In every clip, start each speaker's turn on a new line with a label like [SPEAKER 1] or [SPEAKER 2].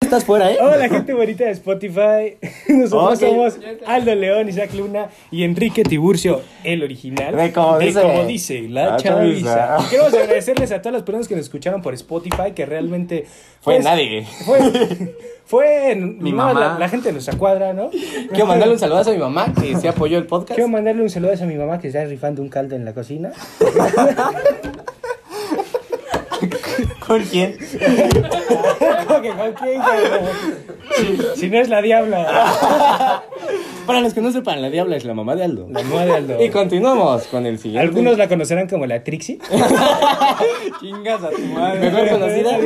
[SPEAKER 1] estás fuera, ¿eh?
[SPEAKER 2] Hola, gente bonita de Spotify. Nosotros
[SPEAKER 1] Ok.
[SPEAKER 2] somos Aldo León, Isaac Luna y Enrique Tiburcio, el original.
[SPEAKER 1] De como dice.
[SPEAKER 2] como dice, la
[SPEAKER 1] La
[SPEAKER 2] chaviza.
[SPEAKER 1] chaviza.
[SPEAKER 2] Y queremos agradecerles a todas las personas que nos escucharon por Spotify, que realmente.
[SPEAKER 1] Fue
[SPEAKER 2] pues,
[SPEAKER 1] nadie.
[SPEAKER 2] Fue, fue en-
[SPEAKER 1] Mi
[SPEAKER 2] no,
[SPEAKER 1] mamá.
[SPEAKER 2] La, la gente de nuestra cuadra, ¿no?
[SPEAKER 1] Quiero mandarle un saludazo a mi mamá que se apoyó el podcast.
[SPEAKER 2] Quiero mandarle un saludo a mi mamá que está rifando un caldo en la cocina.
[SPEAKER 1] ¿Con quién?
[SPEAKER 2] ¿Cómo que con quién, cabrón? Si, si no es la diabla.
[SPEAKER 1] Para los que no sepan, la diabla es la mamá de Aldo.
[SPEAKER 2] La madre, Aldo.
[SPEAKER 1] Y continuamos con el siguiente.
[SPEAKER 2] Algunos la conocerán como la Trixie.
[SPEAKER 1] chingas a tu madre. Mejor conocida.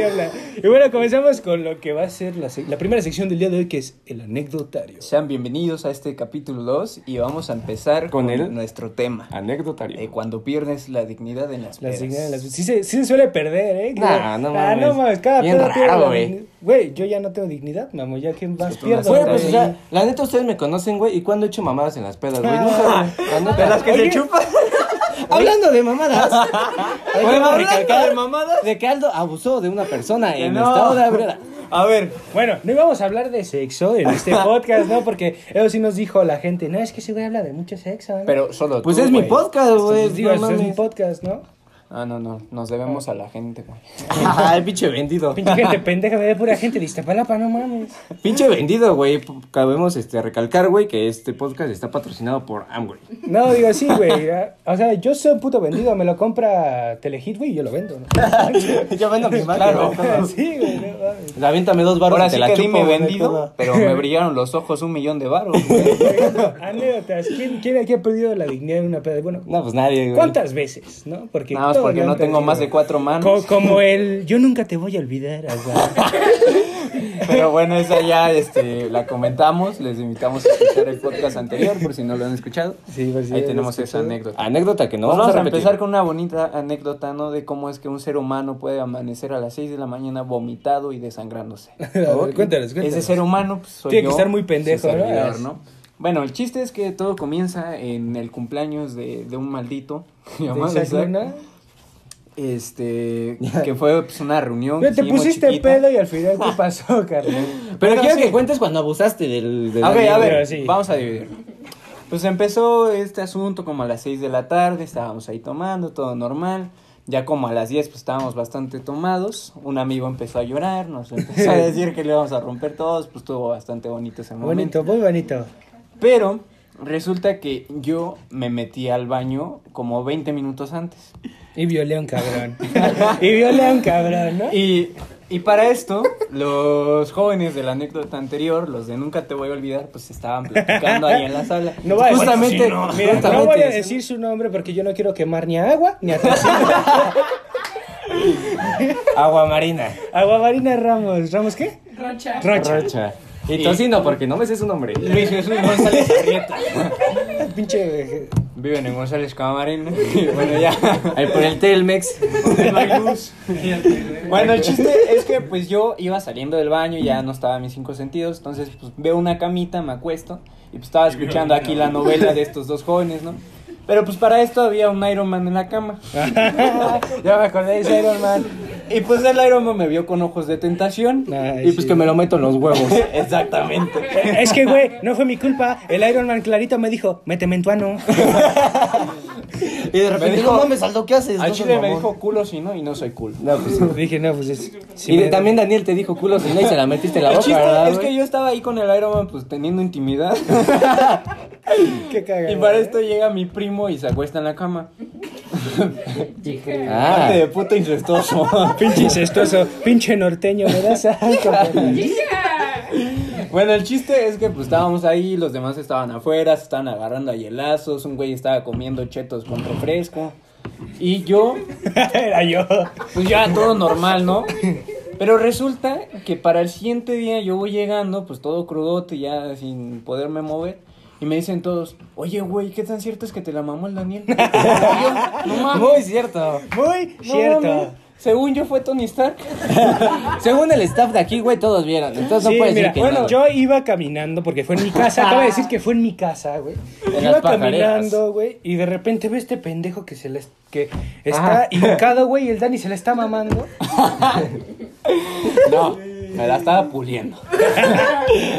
[SPEAKER 2] Y bueno, comenzamos con lo que va a ser la, sec- la primera sección del día de hoy, que es el anecdotario.
[SPEAKER 3] Sean bienvenidos a este capítulo 2 y vamos a empezar
[SPEAKER 1] ¿Con Ah.
[SPEAKER 3] con,
[SPEAKER 1] el?
[SPEAKER 3] nuestro tema. De
[SPEAKER 1] Anecdotario.
[SPEAKER 3] cuando pierdes la dignidad en las
[SPEAKER 2] La
[SPEAKER 3] pedas.
[SPEAKER 2] señal de las- sí, se, sí se suele perder, ¿eh?
[SPEAKER 1] Nah, no
[SPEAKER 2] Ah, no
[SPEAKER 1] mames.
[SPEAKER 2] mames, cada
[SPEAKER 1] Bien
[SPEAKER 2] peda pierde
[SPEAKER 1] raro,
[SPEAKER 2] la
[SPEAKER 1] güey.
[SPEAKER 2] digni- Güey, yo ya no tengo dignidad, mamo, ya que más
[SPEAKER 3] tú no
[SPEAKER 2] pierdo.
[SPEAKER 1] Güey,
[SPEAKER 3] Bueno,
[SPEAKER 1] pues, o
[SPEAKER 2] güey.
[SPEAKER 1] sea, la neta, ustedes me conocen, güey, y cuando he hecho mamadas en las pedas, güey. Nunca, güey. La neta.
[SPEAKER 3] ¿De las que
[SPEAKER 2] Oye.
[SPEAKER 3] se chupan?
[SPEAKER 1] Hablando de mamadas. Podemos recalcar
[SPEAKER 3] de mamadas?
[SPEAKER 1] de que Aldo abusó de una persona en
[SPEAKER 3] no.
[SPEAKER 1] estado de abrera.
[SPEAKER 3] A ver,
[SPEAKER 2] Bueno, no íbamos a hablar de sexo en este podcast, ¿no? Porque eso sí nos dijo la gente, no, es que ese güey habla de mucho sexo, ¿no?
[SPEAKER 3] pero solo
[SPEAKER 1] Pues
[SPEAKER 3] tú,
[SPEAKER 1] es mi
[SPEAKER 3] güey.
[SPEAKER 1] podcast, güey.
[SPEAKER 2] Entonces, digo,
[SPEAKER 1] pues, no
[SPEAKER 2] eso es un
[SPEAKER 1] mames.
[SPEAKER 2] podcast, ¿no?
[SPEAKER 3] Ah, no, no, nos debemos a la gente, güey.
[SPEAKER 1] Ay, pinche vendido.
[SPEAKER 2] Pinche gente pendeja, me ve pura gente de Iztapalapa, no mames.
[SPEAKER 1] Pinche vendido, güey. P- Cabemos este, recalcar, güey, que este podcast está patrocinado por Amway.
[SPEAKER 2] No, digo, sí, güey. ah, O sea, yo soy un puto vendido, me lo compra Telehit, güey, y yo lo vendo, ¿no?
[SPEAKER 1] Yo vendo mi
[SPEAKER 3] Claro.
[SPEAKER 2] sí, güey, no mames.
[SPEAKER 1] Aviéntame dos barras
[SPEAKER 3] Ahora
[SPEAKER 1] y te
[SPEAKER 3] sí
[SPEAKER 1] la
[SPEAKER 3] que
[SPEAKER 1] chupo,
[SPEAKER 3] dime
[SPEAKER 1] güey, no hay
[SPEAKER 3] vendido,
[SPEAKER 1] pedo.
[SPEAKER 3] pero me brillaron los ojos un millón de baros, güey.
[SPEAKER 2] Anécdotas. ¿Quién, ¿Quién aquí ha perdido la dignidad en una peda? Bueno,
[SPEAKER 1] No, pues nadie, güey.
[SPEAKER 2] ¿cuántas veces, no? Porque
[SPEAKER 3] Nada más
[SPEAKER 2] todos
[SPEAKER 3] porque
[SPEAKER 2] lo han
[SPEAKER 3] no tengo
[SPEAKER 2] perdido.
[SPEAKER 3] más de cuatro manos.
[SPEAKER 2] Co- como el yo nunca te voy a olvidar, agua.
[SPEAKER 3] Pero bueno, esa ya este, la comentamos. Les invitamos a escuchar el podcast anterior por si no lo han escuchado.
[SPEAKER 2] Sí, pues, sí,
[SPEAKER 3] Ahí
[SPEAKER 2] lo
[SPEAKER 3] tenemos
[SPEAKER 2] escuché.
[SPEAKER 3] esa anécdota.
[SPEAKER 1] Anécdota que no
[SPEAKER 3] Pues
[SPEAKER 1] vamos, a repetir.
[SPEAKER 3] empezar con una bonita anécdota, ¿no? De cómo es que un ser humano puede amanecer a las 6 de la mañana vomitado y desangrándose.
[SPEAKER 2] Cuéntanos, cuéntanos.
[SPEAKER 3] Ese ser humano, pues, soy
[SPEAKER 2] Tiene que
[SPEAKER 3] yo,
[SPEAKER 2] estar muy pendejo,
[SPEAKER 3] su servidor,
[SPEAKER 2] ¿no?
[SPEAKER 3] ¿no? Bueno, el chiste es que todo comienza en el cumpleaños de, de un maldito llamado
[SPEAKER 2] ¿Te
[SPEAKER 3] Isaac,
[SPEAKER 2] Luna?
[SPEAKER 3] este, que fue pues, una reunión. que
[SPEAKER 2] Te
[SPEAKER 3] hicimos
[SPEAKER 2] pusiste
[SPEAKER 3] chiquita.
[SPEAKER 2] pedo y al final, ¿qué pasó, carnal?
[SPEAKER 1] Pero quiero
[SPEAKER 3] sí.
[SPEAKER 1] que cuentes cuando abusaste del. del
[SPEAKER 3] A ver, a
[SPEAKER 2] Pero
[SPEAKER 3] ver,
[SPEAKER 2] sí.
[SPEAKER 3] vamos a dividir. Pues empezó este asunto como a las 6 de la tarde, estábamos ahí tomando, todo normal. Ya como a las 10 pues estábamos bastante tomados, un amigo empezó a llorar, nos empezó a decir que le íbamos a romper todos, pues estuvo bastante bonito ese momento.
[SPEAKER 2] Bonito, muy bonito.
[SPEAKER 3] Pero resulta que yo me metí al baño como 20 minutos antes.
[SPEAKER 2] Y violé a un cabrón. y violé a un cabrón, ¿no?
[SPEAKER 3] Y, y para esto, los jóvenes de la anécdota anterior, los de Nunca Te Voy a Olvidar, pues estaban platicando ahí en la sala.
[SPEAKER 2] No voy a decir-
[SPEAKER 3] justamente,
[SPEAKER 2] Mira, no
[SPEAKER 3] justamente
[SPEAKER 2] voy a
[SPEAKER 3] eso.
[SPEAKER 2] decir su nombre porque yo no quiero quemar ni a agua ni a Tresina.
[SPEAKER 1] Agua marina.
[SPEAKER 2] Agua Marina Ramos. ¿Ramos qué? Rocha. Rocha.
[SPEAKER 1] Rocha. Y tocino, porque no me sé su nombre.
[SPEAKER 3] Luis Jesús González Arrieta.
[SPEAKER 2] Pinche. eh,
[SPEAKER 3] Viven en González Camarena. Y bueno, ya.
[SPEAKER 1] Ahí por el Telmex.
[SPEAKER 3] No hay luz. Bueno, el chiste es que pues yo iba saliendo del baño, ya no estaba en mis cinco sentidos, entonces pues veo una camita, me acuesto y pues estaba escuchando aquí la novela de estos dos jóvenes, ¿no? Pero pues para esto había un Iron Man en la cama. ya me acordé de ese Iron Man. Y pues el Iron Man me vio con ojos de tentación.
[SPEAKER 2] Ay,
[SPEAKER 1] Y pues
[SPEAKER 2] sí.
[SPEAKER 1] que me lo meto en los huevos.
[SPEAKER 3] Exactamente.
[SPEAKER 2] Eh, Es que, güey, no fue mi culpa. El Iron Man clarito me dijo, méteme en tu ano.
[SPEAKER 1] Y de
[SPEAKER 3] Me
[SPEAKER 1] repente,
[SPEAKER 3] dijo-
[SPEAKER 1] no mames, Aldo, ¿qué haces?
[SPEAKER 3] Al
[SPEAKER 1] No seas
[SPEAKER 3] chile me
[SPEAKER 1] mamón.
[SPEAKER 3] dijo culo si no y no soy culo.
[SPEAKER 1] No, pues.
[SPEAKER 2] Dije, no, pues es. sí
[SPEAKER 1] y de-
[SPEAKER 2] me-
[SPEAKER 1] también Daniel te dijo culo si no y se la metiste en la
[SPEAKER 3] El
[SPEAKER 1] boca,
[SPEAKER 3] chiste
[SPEAKER 1] ¿verdad,
[SPEAKER 3] es que
[SPEAKER 1] güey?
[SPEAKER 3] yo estaba ahí con el Iron Man pues teniendo intimidad.
[SPEAKER 2] Qué cagada,
[SPEAKER 3] Y para
[SPEAKER 2] ¿eh?
[SPEAKER 3] esto llega mi primo y se acuesta en la cama. Parte
[SPEAKER 1] Ah,
[SPEAKER 3] de puto incestuoso.
[SPEAKER 2] Pinche incestuoso, pinche norteño, me das asco, carnal.
[SPEAKER 3] bueno, el chiste es que pues estábamos ahí, los demás estaban afuera, se estaban agarrando a hielazos, un güey estaba comiendo chetos con refresco. Y yo,
[SPEAKER 2] Era yo.
[SPEAKER 3] pues ya todo normal, ¿no? Pero resulta que para el siguiente día yo voy llegando, pues todo crudote, ya sin poderme mover. Y me dicen todos, oye, güey, ¿qué tan cierto es que te la mamó el Daniel? Y yo, no mames.
[SPEAKER 1] muy cierto.
[SPEAKER 2] Muy
[SPEAKER 3] No mames,
[SPEAKER 2] cierto.
[SPEAKER 3] Según yo fue Tony Stark.
[SPEAKER 1] Según el staff de aquí, güey, todos vieron. Entonces
[SPEAKER 2] Sí,
[SPEAKER 1] no puedes
[SPEAKER 2] mira,
[SPEAKER 1] decir que
[SPEAKER 2] bueno,
[SPEAKER 1] no.
[SPEAKER 2] yo iba caminando porque fue en mi casa. Acaba de decir que fue en mi casa, güey.
[SPEAKER 1] En
[SPEAKER 2] Iba
[SPEAKER 1] las pajareras.
[SPEAKER 2] caminando, güey, y de repente veo este pendejo que se le que está
[SPEAKER 1] Ajá.
[SPEAKER 2] hincado, güey, y el Dani se le está mamando.
[SPEAKER 3] No. Me la estaba puliendo.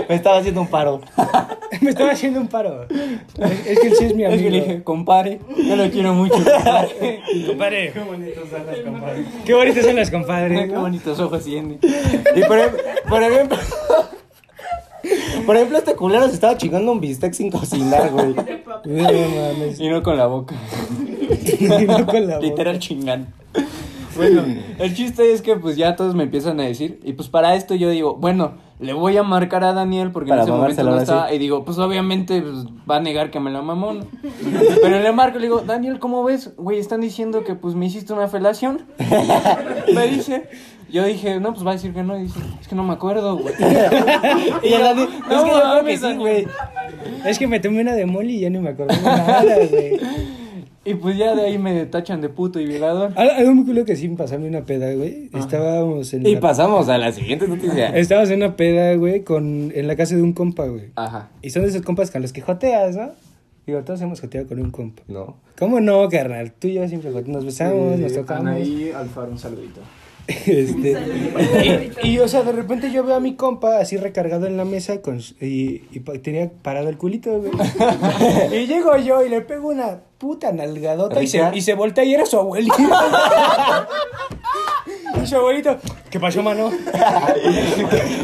[SPEAKER 4] Me estaba haciendo un paro.
[SPEAKER 2] Me estaba haciendo un paro. Es, es que él sí es mi
[SPEAKER 3] Es que le
[SPEAKER 2] amigo.
[SPEAKER 3] dije, compadre, yo lo quiero mucho, compadre.
[SPEAKER 2] Compadre. Qué bonitos son las compadres.
[SPEAKER 3] Mira
[SPEAKER 2] Qué
[SPEAKER 3] Qué
[SPEAKER 2] bonitos
[SPEAKER 3] bonitos ojos tiene.
[SPEAKER 4] Y por, ejem- por ejemplo. Por ejemplo, este culero se estaba chingando un bistec sin cocinar, güey.
[SPEAKER 2] son las compadres.
[SPEAKER 3] Y no con la boca.
[SPEAKER 2] No mames. con la boca.
[SPEAKER 3] Literal chingando. Bueno, el chiste es que pues ya todos me empiezan a decir y pues para esto yo digo, bueno, le voy a marcar a Daniel porque
[SPEAKER 4] Para
[SPEAKER 3] en ese
[SPEAKER 4] mamársela
[SPEAKER 3] momento no
[SPEAKER 4] ahora sí.
[SPEAKER 3] estaba y digo, pues obviamente pues, va a negar que me la mamó. ¿no? Pero le marco, le digo, Daniel, ¿cómo ves? Güey, están diciendo que pues me hiciste una felación. me dice, yo dije, no, pues va a decir que no, y dice, es que no me acuerdo, güey.
[SPEAKER 4] Y el Dani-
[SPEAKER 3] No
[SPEAKER 4] es que yo creo que
[SPEAKER 3] mames,
[SPEAKER 4] sí,
[SPEAKER 3] Daniel.
[SPEAKER 4] güey.
[SPEAKER 2] Es que me tomé una de Molly y ya ni me acordé de nada, güey.
[SPEAKER 3] Y pues ya de ahí me tachan de puto y violador.
[SPEAKER 2] Al- Algo muy culo que sí, pasarme una peda, güey. Estábamos en
[SPEAKER 1] Ah. Y
[SPEAKER 2] la-
[SPEAKER 1] pasamos a la siguiente noticia.
[SPEAKER 2] Estábamos en una peda, güey, con... en la casa de un compa, güey.
[SPEAKER 3] Ajá.
[SPEAKER 2] Y son de esos compas con los que joteas, ¿no? Digo, todos hemos joteado con un compa.
[SPEAKER 1] No.
[SPEAKER 2] ¿Cómo no, carnal? Tú y yo siempre jote- nos besamos, nos tocamos.
[SPEAKER 5] Anaí Alfaro, un saludito.
[SPEAKER 2] Este, y, y, o sea, de repente yo veo a mi compa así recargado en la mesa con, s- y, y pa- tenía parado el culito, güey. y llego yo y le pego una puta nalgadota y se,
[SPEAKER 1] Richard.
[SPEAKER 2] y se voltea y era su abuelito. y su abuelito, ¿qué pasó, mano?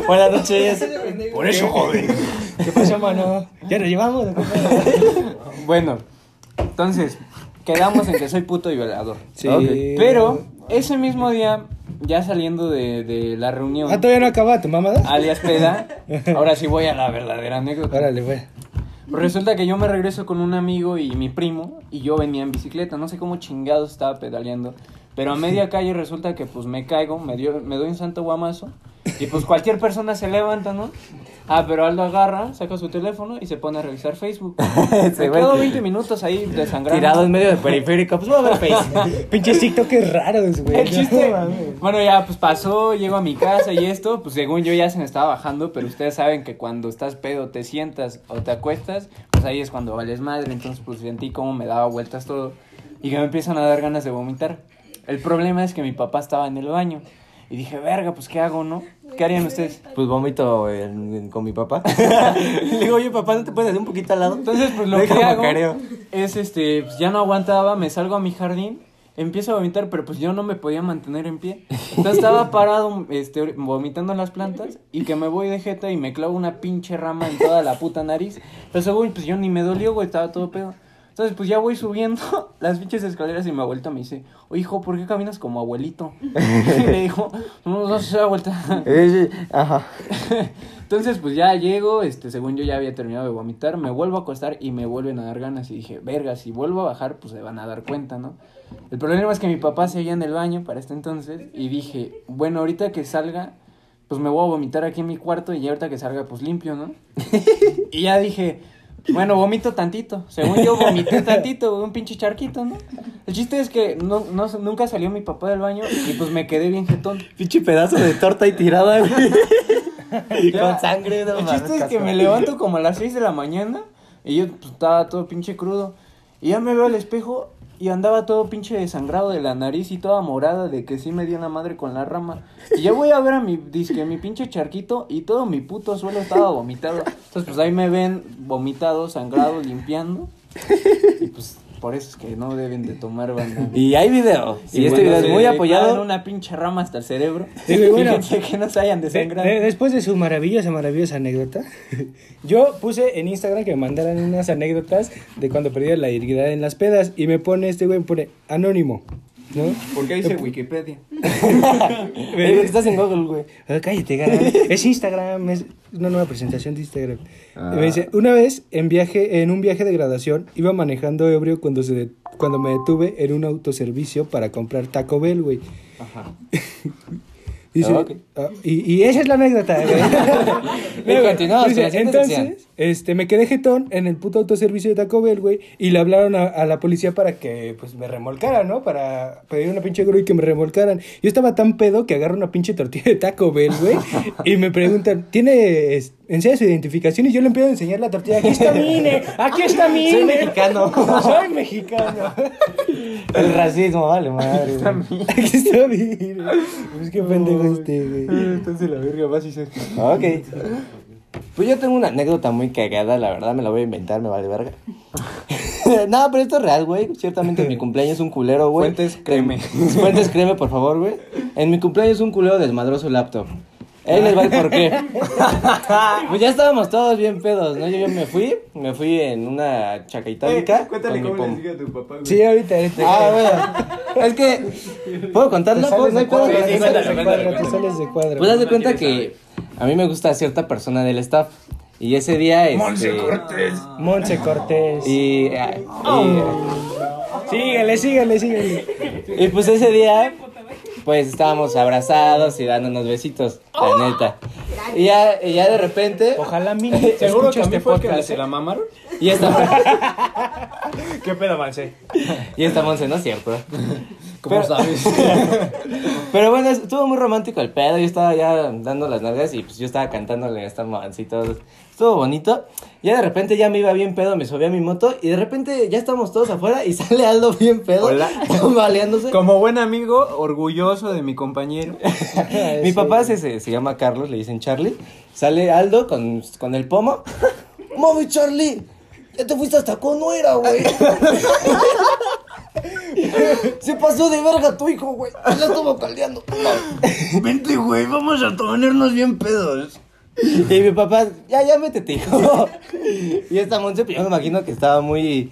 [SPEAKER 4] Buenas noches.
[SPEAKER 2] Por eso, joven. ¿Qué pasó, mano? Ya nos llevamos. compadre?
[SPEAKER 3] Bueno, entonces, quedamos en que soy puto y violador.
[SPEAKER 2] Sí.
[SPEAKER 3] Ok. Pero, ese mismo día, ya saliendo de, de la reunión,
[SPEAKER 2] Ah, todavía no acaba tu mamada.
[SPEAKER 3] alias peda, ahora sí voy a la verdadera anécdota.
[SPEAKER 2] Órale, pues. güey.
[SPEAKER 3] Resulta que yo me regreso con un amigo y mi primo, y yo venía en bicicleta, no sé cómo chingados estaba pedaleando, pero a media calle resulta que pues me caigo, me, dio, me doy un santo guamazo, y pues cualquier persona se levanta, ¿no? Ah, pero Aldo agarra, saca su teléfono y se pone a revisar Facebook.
[SPEAKER 4] Se
[SPEAKER 3] me
[SPEAKER 4] va.
[SPEAKER 3] quedo 20 minutos ahí desangrando.
[SPEAKER 4] Tirado en medio del periférico. Pues voy a ver Face.
[SPEAKER 2] Pinches TikToks raros, güey.
[SPEAKER 3] El chiste.
[SPEAKER 2] No mames.
[SPEAKER 3] Bueno, ya pues pasó, llego a mi casa y esto, pues según yo ya se me estaba bajando, pero ustedes saben que cuando estás pedo, te sientas o te acuestas, pues ahí es cuando vales madre, entonces pues sentí como me daba vueltas todo y que me empiezan a dar ganas de vomitar. El problema es que mi papá estaba en el baño y dije, verga, pues ¿qué hago, no? ¿Qué harían ustedes?
[SPEAKER 4] Pues vómito en- en- con mi papá. Le digo, oye, papá, ¿no te puedes hacer un poquito al lado?
[SPEAKER 3] Entonces, pues lo
[SPEAKER 4] Deja
[SPEAKER 3] que hago
[SPEAKER 4] macareo.
[SPEAKER 3] es este, pues, ya no aguantaba, me salgo a mi jardín, empiezo a vomitar, pero pues yo no me podía mantener en pie. Entonces estaba parado este ori- vomitando en las plantas y que me voy de jeta y me clavo una pinche rama en toda la puta nariz. Pero según pues yo ni me dolió, güey, estaba todo pedo. Entonces, pues ya voy subiendo las pinches escaleras y mi abuelita me dice, oye, hijo, ¿por qué caminas como abuelito? Y le digo, no, no sé, abuelita.
[SPEAKER 4] Eh, sí, Ajá.
[SPEAKER 3] Entonces, pues ya llego, este, según yo ya había terminado de vomitar, me vuelvo a acostar y me vuelven a dar ganas. Y dije, verga, si vuelvo a bajar, pues se van a dar cuenta, ¿no? El problema es que mi papá seguía en el baño para este entonces y dije, bueno, ahorita que salga, pues me voy a vomitar aquí en mi cuarto y ya ahorita que salga, pues limpio, ¿no? y ya dije, bueno, vomito tantito. Según yo vomité tantito, un pinche charquito, ¿no? El chiste es que no, no, nunca salió mi papá del baño y pues me quedé bien jetón.
[SPEAKER 4] Pinche pedazo de torta y tirada, güey. Y
[SPEAKER 3] Ya,
[SPEAKER 4] con sangre, no
[SPEAKER 3] El
[SPEAKER 4] mames,
[SPEAKER 3] chiste es que
[SPEAKER 4] cascada.
[SPEAKER 3] me levanto como a las 6 de la mañana y yo pues, estaba todo pinche crudo. Y ya me veo al espejo y andaba todo pinche desangrado de la nariz y toda morada de que sí me dio la madre con la rama. Y ya voy a ver a mi disque, mi pinche charquito y todo mi puto suelo estaba vomitado. Entonces pues ahí me ven vomitado, sangrado, limpiando. Y pues por eso es que no deben de tomar banda.
[SPEAKER 4] Y hay video.
[SPEAKER 3] Sí,
[SPEAKER 4] y este
[SPEAKER 3] cuando
[SPEAKER 4] video es
[SPEAKER 3] se
[SPEAKER 4] muy
[SPEAKER 3] le clavan
[SPEAKER 4] apoyado.
[SPEAKER 3] una pinche rama hasta el cerebro.
[SPEAKER 2] Sí, güey, bueno.
[SPEAKER 3] Fíjense que no se hayan
[SPEAKER 2] De-
[SPEAKER 3] desangrado.
[SPEAKER 2] de- después de su maravillosa, maravillosa anécdota, yo puse en Instagram que me mandaran unas anécdotas de cuando perdí la dignidad en las pedas y me pone este güey, me pone anónimo, ¿no?
[SPEAKER 5] ¿Por qué dice Wikipedia?
[SPEAKER 4] Eh, güey, Estás en Google, güey.
[SPEAKER 2] Ah, cállate, cara. es Instagram, es una nueva presentación de Instagram. Y
[SPEAKER 4] Ah.
[SPEAKER 2] me dice, una vez en viaje, en un viaje de graduación, iba manejando ebrio cuando se de- cuando me detuve en un autoservicio para comprar Taco Bell, güey. Dice,
[SPEAKER 4] Ah, ok.
[SPEAKER 2] ah, y, y esa es la anécdota. güey.
[SPEAKER 4] Y continuamos con
[SPEAKER 2] Dice,
[SPEAKER 4] la siguiente sección.
[SPEAKER 2] entonces, este, me quedé jetón en el puto autoservicio de Taco Bell, güey, y le hablaron a, a la policía para que, pues, me remolcaran, ¿no? Para pedir una pinche grúa y que me remolcaran. Yo estaba tan pedo que agarro una pinche tortilla de Taco Bell, güey, y me preguntan, ¿tiene, es- enseña su identificación? Y yo le empiezo a enseñar la tortilla. Aquí está mi INE, aquí está mi
[SPEAKER 4] Soy
[SPEAKER 2] INE.
[SPEAKER 4] mexicano.
[SPEAKER 2] Soy mexicano.
[SPEAKER 4] El racismo, vale, madre. güey.
[SPEAKER 2] aquí está mi INE. Pues qué pendejo este, güey.
[SPEAKER 3] Entonces Eh, la verga vas y se...
[SPEAKER 1] Ok. Pues yo tengo una anécdota muy cagada, la verdad me la voy a inventar, me vale verga. no, pero esto es real, güey. Ciertamente en mi cumpleaños un culero, güey.
[SPEAKER 3] Fuentes, créeme.
[SPEAKER 1] Fuentes, créeme, por favor, güey. En mi cumpleaños un culero desmadró su laptop. Él les va el porqué. pues ya estábamos todos bien pedos, ¿no? Yo, yo me fui, me fui en una chaca
[SPEAKER 3] Eh,
[SPEAKER 1] itálica.
[SPEAKER 6] Cuéntale
[SPEAKER 1] con mi
[SPEAKER 6] cómo
[SPEAKER 1] pom-
[SPEAKER 6] le sigue a tu papá, güey.
[SPEAKER 2] Sí, ahorita, ahorita.
[SPEAKER 1] Ah, bueno. Es que. ¿Puedo contarlo?
[SPEAKER 2] sales
[SPEAKER 1] No hay pedo.
[SPEAKER 2] de cuadra,
[SPEAKER 1] Sí,
[SPEAKER 2] te
[SPEAKER 1] sí,
[SPEAKER 2] sales
[SPEAKER 1] sí.
[SPEAKER 2] de cuadra, te sales de cuadra.
[SPEAKER 1] Pues haz de cuenta que a mí me gusta cierta persona del staff. Y ese día. Este,
[SPEAKER 2] Monse Cortés.
[SPEAKER 1] Y, eh,
[SPEAKER 2] Síguele, síguele, síguele.
[SPEAKER 1] y- y pues ese día, pues estábamos abrazados y dándonos besitos, la neta. Y ya, y ya de repente,
[SPEAKER 2] Ojalá mínimo
[SPEAKER 3] Seguro que
[SPEAKER 2] escuche
[SPEAKER 3] a mí
[SPEAKER 2] este
[SPEAKER 3] fue el que
[SPEAKER 2] podcast.
[SPEAKER 3] se la mamaron.
[SPEAKER 1] y esta,
[SPEAKER 2] ¿Qué pedo, Monse?
[SPEAKER 1] y esta Monse no es cierto.
[SPEAKER 3] ¿Cómo sabes?
[SPEAKER 1] Pero bueno, estuvo muy romántico el pedo. Yo estaba ya dando las nalgas y pues yo estaba cantándole a esta Monse y todo. Estuvo bonito. Ya de repente ya me iba bien pedo, me subí a mi moto y de repente ya estamos todos afuera y sale Aldo bien pedo,
[SPEAKER 3] Hola.
[SPEAKER 1] tambaleándose.
[SPEAKER 3] Como buen amigo, orgulloso de mi compañero. eh,
[SPEAKER 1] Mi papá se, se, se llama Carlos, le dicen Charlie. Sale Aldo con, con el pomo. Mami, Charlie, ya te fuiste hasta con nuera, güey. Se pasó de verga tu hijo, güey. Ya La estuvo caldeando.
[SPEAKER 7] Vente, güey, vamos a ponernos bien pedos.
[SPEAKER 1] Y mi papá, ya, ya métete, hijo. Y esta Monse, pues, yo me imagino que estaba muy.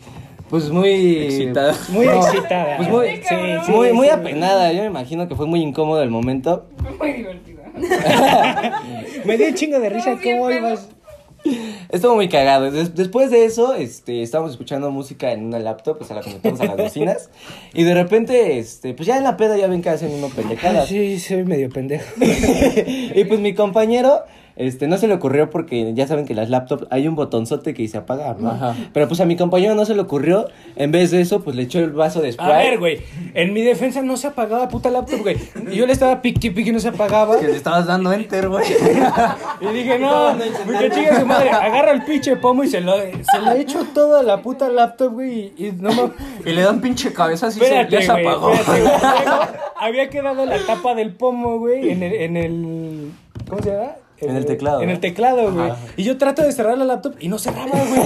[SPEAKER 1] Pues muy.
[SPEAKER 3] Excitada.
[SPEAKER 2] Muy excitada.
[SPEAKER 1] Pues muy,
[SPEAKER 8] Sí, cabrón.
[SPEAKER 1] sí, muy, muy apenada. Yo me imagino que fue muy incómodo el momento.
[SPEAKER 8] Fue muy divertido.
[SPEAKER 2] Me dio un chingo de risa
[SPEAKER 8] No, bien
[SPEAKER 2] cómo
[SPEAKER 8] pedo.
[SPEAKER 2] ibas.
[SPEAKER 1] Estuvo muy cagado. Des- después de eso, este, estábamos escuchando música en una laptop, pues a la conectamos a las vecinas. Y de repente, este, pues ya en la peda ya ven que hacen uno pendejadas.
[SPEAKER 2] Sí, soy medio pendejo.
[SPEAKER 1] y pues mi compañero, este, no se le ocurrió porque ya saben que en las laptops hay un botonzote que se apaga, ¿no? Pero pues a mi compañero no se le ocurrió. En vez de eso, pues le echó el vaso de Sprite.
[SPEAKER 2] A ver, güey. En mi defensa no se apagaba la puta laptop, güey. Yo le estaba piqui piqui y no se apagaba.
[SPEAKER 3] Que le estabas dando enter, güey.
[SPEAKER 2] Y dije, no, güey, que chingue su madre. Agarra el pinche pomo y se lo, se lo echo toda la puta laptop, güey. Y y no me.
[SPEAKER 3] Y le dan pinche cabeza así se,
[SPEAKER 2] Espérate,
[SPEAKER 3] ya se
[SPEAKER 2] güey.
[SPEAKER 3] apagó.
[SPEAKER 2] espérate, güey. Luego, Había quedado la tapa del pomo, güey, en el, en el. ¿Cómo se llama?
[SPEAKER 1] En el teclado.
[SPEAKER 2] En el teclado, güey. Y yo trato de cerrar la laptop y no cerraba, güey.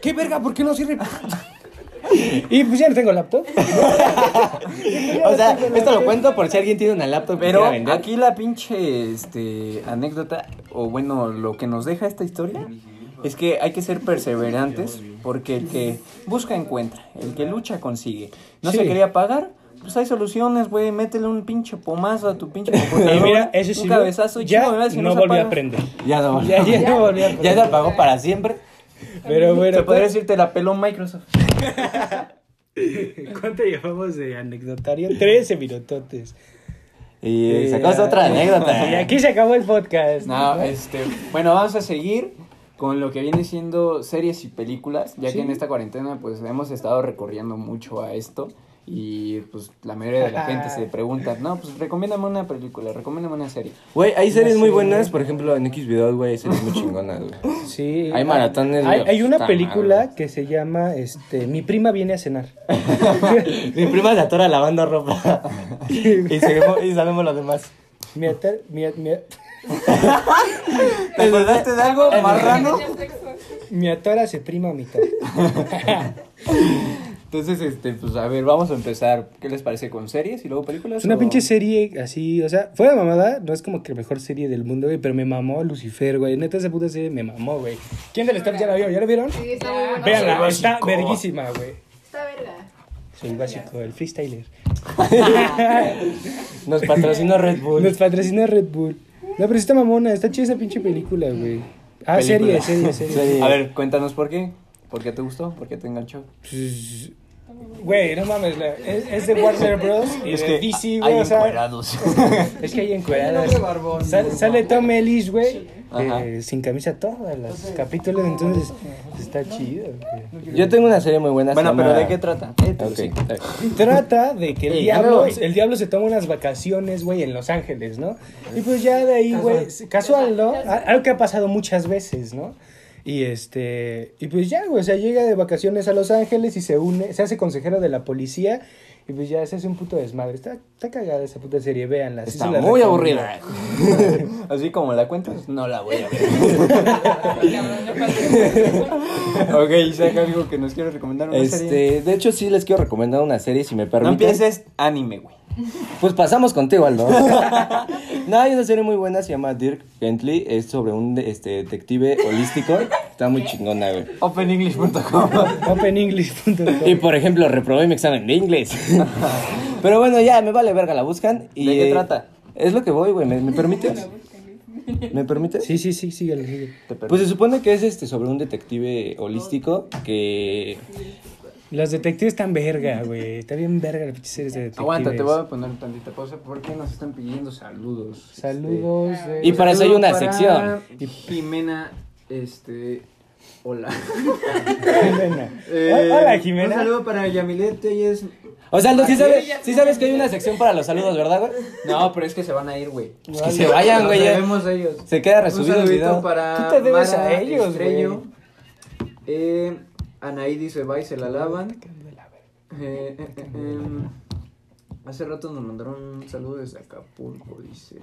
[SPEAKER 2] ¿Qué verga? ¿Por qué no sirve? Y pues ya no tengo laptop.
[SPEAKER 1] o sea, esto lo cuento por si alguien tiene una laptop que
[SPEAKER 3] Pero
[SPEAKER 1] quiera vender.
[SPEAKER 3] aquí la pinche este, anécdota, o bueno, lo que nos deja esta historia, es que hay que ser perseverantes, porque el que busca encuentra, el que lucha consigue. No
[SPEAKER 2] Sí.
[SPEAKER 3] se quería pagar, pues hay soluciones, güey, métele un pinche pomazo a tu pinche
[SPEAKER 2] Y
[SPEAKER 3] computadora,
[SPEAKER 2] mira, ese sí.
[SPEAKER 3] un cabezazo, y
[SPEAKER 2] ya
[SPEAKER 3] chingo, me vas que
[SPEAKER 2] no
[SPEAKER 3] se
[SPEAKER 2] volví a
[SPEAKER 3] apaga.
[SPEAKER 2] aprender.
[SPEAKER 1] Ya no.
[SPEAKER 2] Ya, ya no volví a
[SPEAKER 1] Ya
[SPEAKER 2] aprender.
[SPEAKER 1] se apagó para siempre.
[SPEAKER 2] Pero
[SPEAKER 3] Te
[SPEAKER 2] bueno, pues,
[SPEAKER 3] podría decir, te la peló Microsoft.
[SPEAKER 2] ¿cuánto llevamos de anecdotario? 13 minutotes.
[SPEAKER 1] Y sacó otra anécdota.
[SPEAKER 2] Y aquí se acabó el podcast.
[SPEAKER 3] No, este, bueno, vamos a seguir con lo que viene siendo series y películas, ya que en esta cuarentena pues hemos estado recorriendo mucho a esto y pues la mayoría de la gente se pregunta, no, pues recomiéndame una película, recomiéndame una serie.
[SPEAKER 1] Güey, hay series muy buenas, por ejemplo, en X videos, güey, hay series muy chingonas, güey.
[SPEAKER 2] Sí.
[SPEAKER 1] Hay maratones,
[SPEAKER 2] Hay,
[SPEAKER 1] güey,
[SPEAKER 2] hay una
[SPEAKER 1] puta
[SPEAKER 2] película
[SPEAKER 1] madre.
[SPEAKER 2] que se llama este, Mi prima viene a cenar.
[SPEAKER 1] Mi prima se atora lavando ropa. y, seguimos- y sabemos lo demás.
[SPEAKER 2] Mi atar- mi, a- mi a-
[SPEAKER 3] ¿Te acordaste de algo marrano?
[SPEAKER 8] Tenía sexo.
[SPEAKER 2] mi atora se prima a mitad.
[SPEAKER 3] Entonces, este, pues a ver, vamos a empezar. ¿Qué les parece con series y luego películas?
[SPEAKER 2] Es una
[SPEAKER 3] o-
[SPEAKER 2] pinche serie así, o sea, fuera mamada, no es como que la mejor serie del mundo, güey, pero me mamó Lucifer, güey. Neta, esa puta serie me mamó, güey. ¿Quién del staff ya la vio? ¿Ya la vieron?
[SPEAKER 8] Sí, está muy bueno.
[SPEAKER 2] Véanla, está verguísima, güey.
[SPEAKER 8] Está verga.
[SPEAKER 2] Soy el básico, el freestyler.
[SPEAKER 1] Nos patrocinó Red Bull.
[SPEAKER 2] Nos patrocina Red Bull. No, pero sí está mamona, está chida esa pinche película, güey. Ah, serie, serie, serie.
[SPEAKER 3] A ver, cuéntanos por qué. ¿Por qué te gustó? ¿Por qué te enganchó?
[SPEAKER 2] Pues, Güey, no mames, la- es, es de Warner Bros. y de DC, güey, o sea. Es que hay encueradas. Sal- sale Tom Ellis, güey,
[SPEAKER 3] Ajá.
[SPEAKER 2] eh, sin camisa todas los capítulos, entonces está chido. güey.
[SPEAKER 1] Yo tengo una serie muy buena.
[SPEAKER 3] Bueno,
[SPEAKER 1] se
[SPEAKER 3] pero
[SPEAKER 1] llama-
[SPEAKER 3] ¿de qué trata?
[SPEAKER 1] Ok. Eh,
[SPEAKER 2] Trata de que el,
[SPEAKER 1] Ey,
[SPEAKER 2] diablo,
[SPEAKER 1] ándalo, güey.
[SPEAKER 2] el diablo se toma unas vacaciones, güey, en Los Ángeles, ¿no? Y pues ya de ahí, güey, casual, ¿no? A- Algo que ha pasado muchas veces, ¿no? Y este, y pues ya, güey, o sea, llega de vacaciones a Los Ángeles y se une, se hace consejero de la policía Y pues ya se hace un puto desmadre. Está, está cagada esa puta serie, véanla. sí
[SPEAKER 1] Está
[SPEAKER 2] se la
[SPEAKER 1] muy
[SPEAKER 2] recomiendo.
[SPEAKER 1] aburrida. eh.
[SPEAKER 3] Así como la cuentas, no la voy a ver.
[SPEAKER 8] Cabrón, no pasa.
[SPEAKER 3] ok, saca algo que nos quiero recomendar. Una serie.
[SPEAKER 1] Este, de hecho, sí les quiero recomendar una serie, si me
[SPEAKER 3] No
[SPEAKER 1] permiten.
[SPEAKER 3] empieces anime, güey.
[SPEAKER 1] Pues pasamos contigo, Aldo. no, hay una serie muy buena, se llama Dirk Bentley. Es sobre un este, detective holístico. Está muy chingona, güey.
[SPEAKER 3] OpenEnglish.com.
[SPEAKER 2] Openenglish.com.
[SPEAKER 1] Y por ejemplo, reprobé mi examen de inglés. Pero bueno, ya me vale verga, la buscan. Y,
[SPEAKER 3] ¿De qué
[SPEAKER 1] eh,
[SPEAKER 3] trata?
[SPEAKER 1] Es lo que voy, güey. ¿Me, me permites? ¿Me permites?
[SPEAKER 2] Sí, sí, sí, síguele, síguele.
[SPEAKER 1] Pues se supone que es este sobre un detective holístico que
[SPEAKER 2] Los detectives están verga, güey. Está bien verga la pinche serie de detectives.
[SPEAKER 9] Aguanta, te voy a poner tantita pausa porque nos están pidiendo saludos.
[SPEAKER 2] Saludos.
[SPEAKER 8] Este,
[SPEAKER 2] eh.
[SPEAKER 1] Y para eso hay una sección.
[SPEAKER 9] Jimena, este. Hola.
[SPEAKER 2] Jimena.
[SPEAKER 9] Eh,
[SPEAKER 2] Hola,
[SPEAKER 9] Un
[SPEAKER 2] Jimena.
[SPEAKER 9] saludo para Yamilet, ella es.
[SPEAKER 1] O sea, Aldo, sí sabes, sí sabes que hay una sección para los saludos, ¿verdad, güey?
[SPEAKER 9] No, pero es que se van a ir, güey.
[SPEAKER 1] Pues que se vayan, güey.
[SPEAKER 9] Nos
[SPEAKER 1] ya.
[SPEAKER 9] debemos a ellos.
[SPEAKER 1] Se queda
[SPEAKER 9] Un
[SPEAKER 1] resubido el
[SPEAKER 9] saludito
[SPEAKER 1] video.
[SPEAKER 9] para.
[SPEAKER 2] Tú te debes
[SPEAKER 9] Mara
[SPEAKER 2] a ellos,
[SPEAKER 9] Estrello.
[SPEAKER 2] güey.
[SPEAKER 9] Eh, Anaí dice bye, se la lavan. Eh, eh, eh, em, hace rato nos mandaron un saludo desde Acapulco, dice.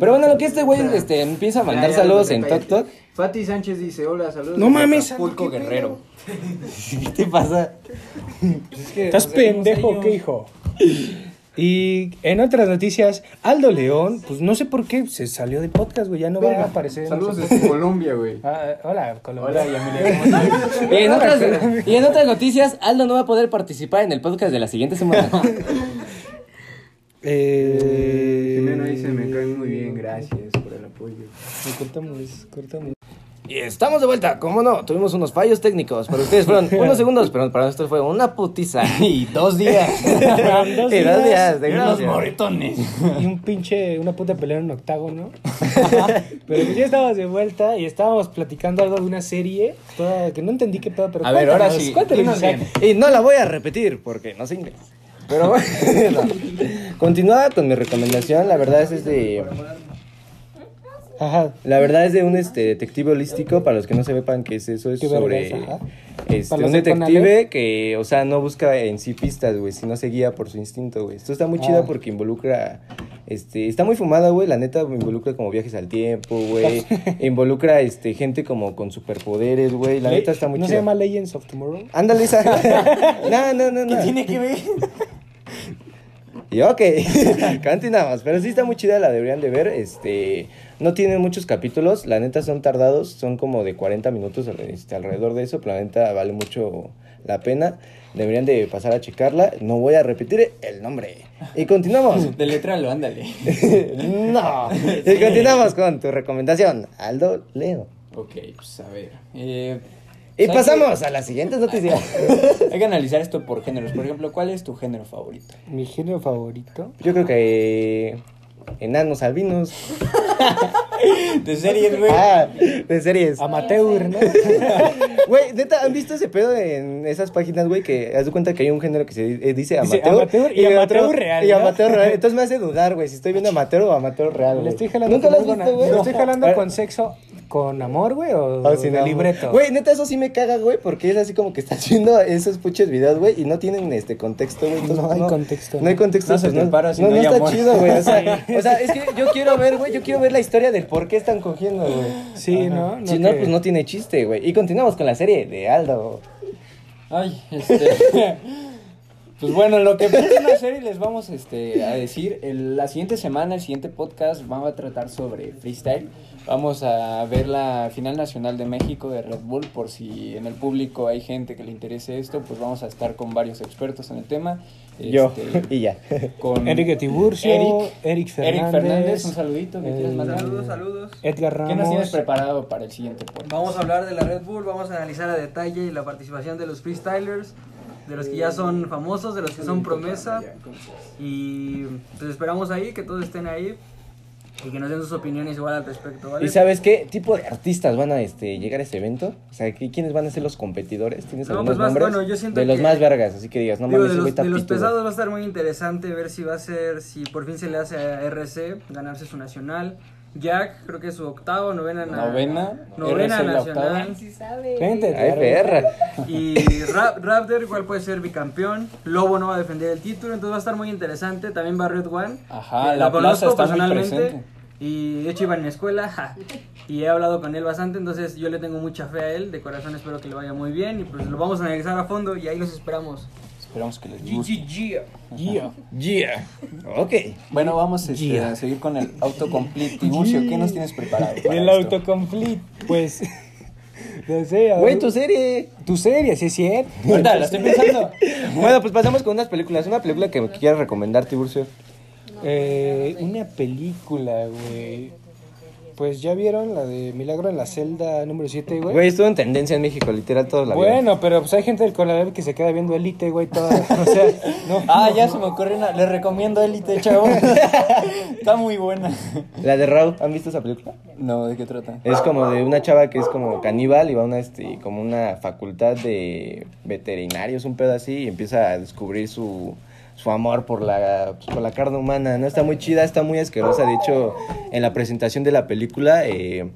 [SPEAKER 1] Pero bueno, lo que este güey este, empieza a mandar
[SPEAKER 9] Ya, ya,
[SPEAKER 1] saludos
[SPEAKER 9] ya,
[SPEAKER 1] en
[SPEAKER 9] cállate.
[SPEAKER 1] TokTok.
[SPEAKER 9] Fati Sánchez dice, hola, saludos.
[SPEAKER 2] No
[SPEAKER 9] desde
[SPEAKER 2] mames,
[SPEAKER 9] Acapulco
[SPEAKER 2] Aldo, ¿qué
[SPEAKER 9] Guerrero.
[SPEAKER 1] ¿Qué te pasa?
[SPEAKER 2] Estás pendejo, ¿qué hijo? Y en otras noticias, Aldo León, pues no sé por qué, se salió del podcast, güey. Ya no va a aparecer. no
[SPEAKER 9] Saludos
[SPEAKER 2] sé
[SPEAKER 9] desde Colombia, güey.
[SPEAKER 2] por- Ah, hola, Colombia.
[SPEAKER 9] Hola, Yamilet.
[SPEAKER 1] Y en, otras, y en otras noticias, Aldo no va a poder participar en el podcast de la siguiente semana.
[SPEAKER 2] Eh,
[SPEAKER 9] Jimena dice, me cae muy bien, gracias por el apoyo.
[SPEAKER 2] Me cortamos, cortamos.
[SPEAKER 1] Y estamos de vuelta, ¿cómo no? Tuvimos unos fallos técnicos. Para ustedes fueron unos segundos, pero para nosotros fue una putiza. Y dos días.
[SPEAKER 2] Dos
[SPEAKER 1] y dos días.
[SPEAKER 2] días.
[SPEAKER 1] de
[SPEAKER 10] Y unos
[SPEAKER 1] gracia.
[SPEAKER 10] moretones.
[SPEAKER 2] Y un pinche, una puta pelea en un octágono. pero pues ya estábamos de vuelta y estábamos platicando algo de una serie toda- que no entendí qué pedo, pero
[SPEAKER 1] A ver, ahora
[SPEAKER 2] cuéntanos,
[SPEAKER 1] sí,
[SPEAKER 2] cuéntanos,
[SPEAKER 1] dinos
[SPEAKER 2] Isaac.
[SPEAKER 1] bien. Y no la voy a repetir porque no sé inglés. Pero bueno, continuaba con mi recomendación. La verdad es, este, es de.
[SPEAKER 2] Ajá.
[SPEAKER 1] La verdad es de un este, detective holístico. Para los que no se sepan qué es eso, es
[SPEAKER 2] Qué verga
[SPEAKER 1] sobre.
[SPEAKER 2] es, ajá.
[SPEAKER 1] este,
[SPEAKER 2] Para los
[SPEAKER 1] un
[SPEAKER 2] de
[SPEAKER 1] detective que, o sea, no busca en sí pistas, güey, sino se guía por su instinto, güey. Esto está muy chida
[SPEAKER 2] Ah.
[SPEAKER 1] porque involucra. Este, está muy fumada, güey, la neta involucra como viajes al tiempo, güey. involucra este gente como con superpoderes, güey. La
[SPEAKER 2] Le-
[SPEAKER 1] neta está muy
[SPEAKER 2] ¿No
[SPEAKER 1] chida.
[SPEAKER 2] se llama Legends of Tomorrow?
[SPEAKER 1] Ándale esa. no, no, no, no. tiene que ver? Y ok, continuamos. Pero sí está muy chida, la deberían de ver. Este, no tiene muchos capítulos, la neta son tardados, son como de 40 minutos al- este, alrededor de eso, pero la neta vale mucho la pena. Deberían de pasar a checarla. No voy a repetir el nombre. Y continuamos.
[SPEAKER 3] De letra lo ándale.
[SPEAKER 1] no. Y continuamos con tu recomendación, Aldo Leo.
[SPEAKER 3] Ok, pues a ver. Eh,
[SPEAKER 1] Y
[SPEAKER 3] ¿sabes qué?
[SPEAKER 1] pasamos a las siguientes noticias.
[SPEAKER 3] Hay que analizar esto por géneros. Por ejemplo, ¿cuál es tu género favorito?
[SPEAKER 2] Mi género favorito.
[SPEAKER 1] Yo creo que eh, enanos albinos.
[SPEAKER 3] De series, güey.
[SPEAKER 1] Ah, de series.
[SPEAKER 2] Amateur, ¿no?
[SPEAKER 1] Güey, neta, ¿han visto ese pedo en esas páginas, güey? Que haz de cuenta que hay un género que se di- eh, dice
[SPEAKER 2] Dice
[SPEAKER 1] amateur.
[SPEAKER 2] amateur y amateur real,
[SPEAKER 1] Y
[SPEAKER 2] ¿no?
[SPEAKER 1] amateur real. Entonces me hace dudar, güey, si estoy viendo amateur o amateur real.
[SPEAKER 2] Le
[SPEAKER 1] güey.
[SPEAKER 2] estoy jalando
[SPEAKER 1] ¿Nunca
[SPEAKER 2] con
[SPEAKER 1] lo has
[SPEAKER 2] alguna-
[SPEAKER 1] visto, güey?
[SPEAKER 2] Lo estoy jalando
[SPEAKER 1] Ah,
[SPEAKER 2] con sexo, con amor, güey, o,
[SPEAKER 1] ah, sin
[SPEAKER 2] de
[SPEAKER 1] amor.
[SPEAKER 2] libreto.
[SPEAKER 1] Güey, neta, eso sí me caga, güey, porque es así como que estás viendo esos puches videos, güey, y no tienen este contexto, güey. entonces,
[SPEAKER 2] No hay contexto.
[SPEAKER 1] No hay contexto.
[SPEAKER 3] No se
[SPEAKER 1] pues,
[SPEAKER 3] te para si no hay
[SPEAKER 1] está
[SPEAKER 3] amor.
[SPEAKER 1] chido, güey. O sea, o sea, es que yo quiero ver, güey, yo quiero ver la historia del por qué están cogiendo, güey.
[SPEAKER 2] Sí,
[SPEAKER 1] Ajá.
[SPEAKER 2] ¿no?
[SPEAKER 1] si no,
[SPEAKER 2] que-
[SPEAKER 1] pues no tiene chiste, güey. Y continuamos con la serie de Aldo.
[SPEAKER 3] Ay, este. Pues bueno, lo que pasa en la serie les vamos este, a decir. El- la siguiente semana, el siguiente podcast, vamos a tratar sobre freestyle. Vamos a ver la final nacional de México de Red Bull. Por si en el público hay gente que le interese esto, pues vamos a estar con varios expertos en el tema.
[SPEAKER 1] Yo.
[SPEAKER 3] Este,
[SPEAKER 1] Y ya.
[SPEAKER 3] con
[SPEAKER 2] Enrique Tiburcio,
[SPEAKER 3] Eric,
[SPEAKER 2] Eric,
[SPEAKER 3] Eric
[SPEAKER 2] Fernández,
[SPEAKER 3] Fernández, un saludito que quieras
[SPEAKER 2] Eh,
[SPEAKER 3] mandar.
[SPEAKER 2] Saludos,
[SPEAKER 11] Saludos.
[SPEAKER 2] Edgar
[SPEAKER 3] ¿Qué nos
[SPEAKER 2] Ramos.
[SPEAKER 3] tienes preparado para el siguiente podcast?
[SPEAKER 11] Vamos a hablar de la Red Bull, vamos a analizar a detalle la participación de los freestylers, de los que ya son famosos, de los que son promesa. Y pues esperamos ahí, que todos estén ahí y que nos den sus opiniones igual al respecto, ¿vale?
[SPEAKER 1] ¿Y sabes qué tipo de artistas van a este, llegar a este evento? O sea, ¿qui- ¿quiénes van a ser los competidores? ¿Tienes
[SPEAKER 11] No,
[SPEAKER 1] algunos
[SPEAKER 11] pues, más-
[SPEAKER 1] nombres?
[SPEAKER 11] bueno, yo siento
[SPEAKER 1] de los
[SPEAKER 11] que-
[SPEAKER 1] más vergas, así que digas, no
[SPEAKER 11] Digo,
[SPEAKER 1] mames,
[SPEAKER 11] de
[SPEAKER 1] ese güey
[SPEAKER 11] los,
[SPEAKER 1] está
[SPEAKER 11] de los
[SPEAKER 1] pitudo.
[SPEAKER 11] pesados va a estar muy interesante ver si va a ser, si por fin se le hace a RC ganarse su nacional, Jack, creo que es su octava, novena na-
[SPEAKER 3] Novena.
[SPEAKER 11] Novena
[SPEAKER 3] RC la
[SPEAKER 11] nacional.
[SPEAKER 8] Sí sabe.
[SPEAKER 1] Ay,
[SPEAKER 3] Vente,
[SPEAKER 1] perra.
[SPEAKER 11] Y Ra- Raptor igual puede ser bicampeón. Lobo no va a defender el título, entonces va a estar muy interesante. También va Red One.
[SPEAKER 3] Ajá,
[SPEAKER 11] Eh,
[SPEAKER 3] la
[SPEAKER 11] lo
[SPEAKER 3] plaza
[SPEAKER 11] conozco
[SPEAKER 3] está muy
[SPEAKER 11] personalmente,
[SPEAKER 3] presente.
[SPEAKER 11] Y de hecho iba en mi escuela. ja, y he hablado con él bastante, entonces yo le tengo mucha fe a él. De corazón espero que le vaya muy bien. Y pues lo vamos a analizar a fondo y ahí los esperamos.
[SPEAKER 3] Esperamos que les guste.
[SPEAKER 1] Yeah. Ok.
[SPEAKER 3] Bueno, vamos este, a seguir con el autocomplete. Tiburcio, ¿qué nos tienes preparado? para
[SPEAKER 2] El
[SPEAKER 3] esto?
[SPEAKER 2] autocomplete, pues. No sé, a
[SPEAKER 1] Güey,
[SPEAKER 2] ver.
[SPEAKER 1] tu serie.
[SPEAKER 2] tu serie, sí es cierto.
[SPEAKER 3] Ahorita, la estoy pensando.
[SPEAKER 1] Bueno, pues pasamos con unas películas. Una película que que quieras recomendar, Tiburcio.
[SPEAKER 2] Eh, una película, güey. Pues ya vieron la de Milagro en la celda número 7, güey.
[SPEAKER 1] Güey, estuvo en tendencia en México, literal, todos la vieron.
[SPEAKER 2] Bueno, pero pues hay gente del Conalep que se queda viendo Elite, güey, toda. O sea, no.
[SPEAKER 3] Ah, ya se me ocurrió una. Les recomiendo Elite, chavos. Está muy buena.
[SPEAKER 1] La de Raw, ¿han visto esa película?
[SPEAKER 3] No, ¿de qué trata?
[SPEAKER 1] Es como de una chava que es como caníbal y va a una, este, como una facultad de veterinarios, un pedo así, y empieza a descubrir su, su amor por la, pues, por la carne humana, ¿no? Está muy chida, está muy asquerosa. De hecho, en la presentación de la película, eh,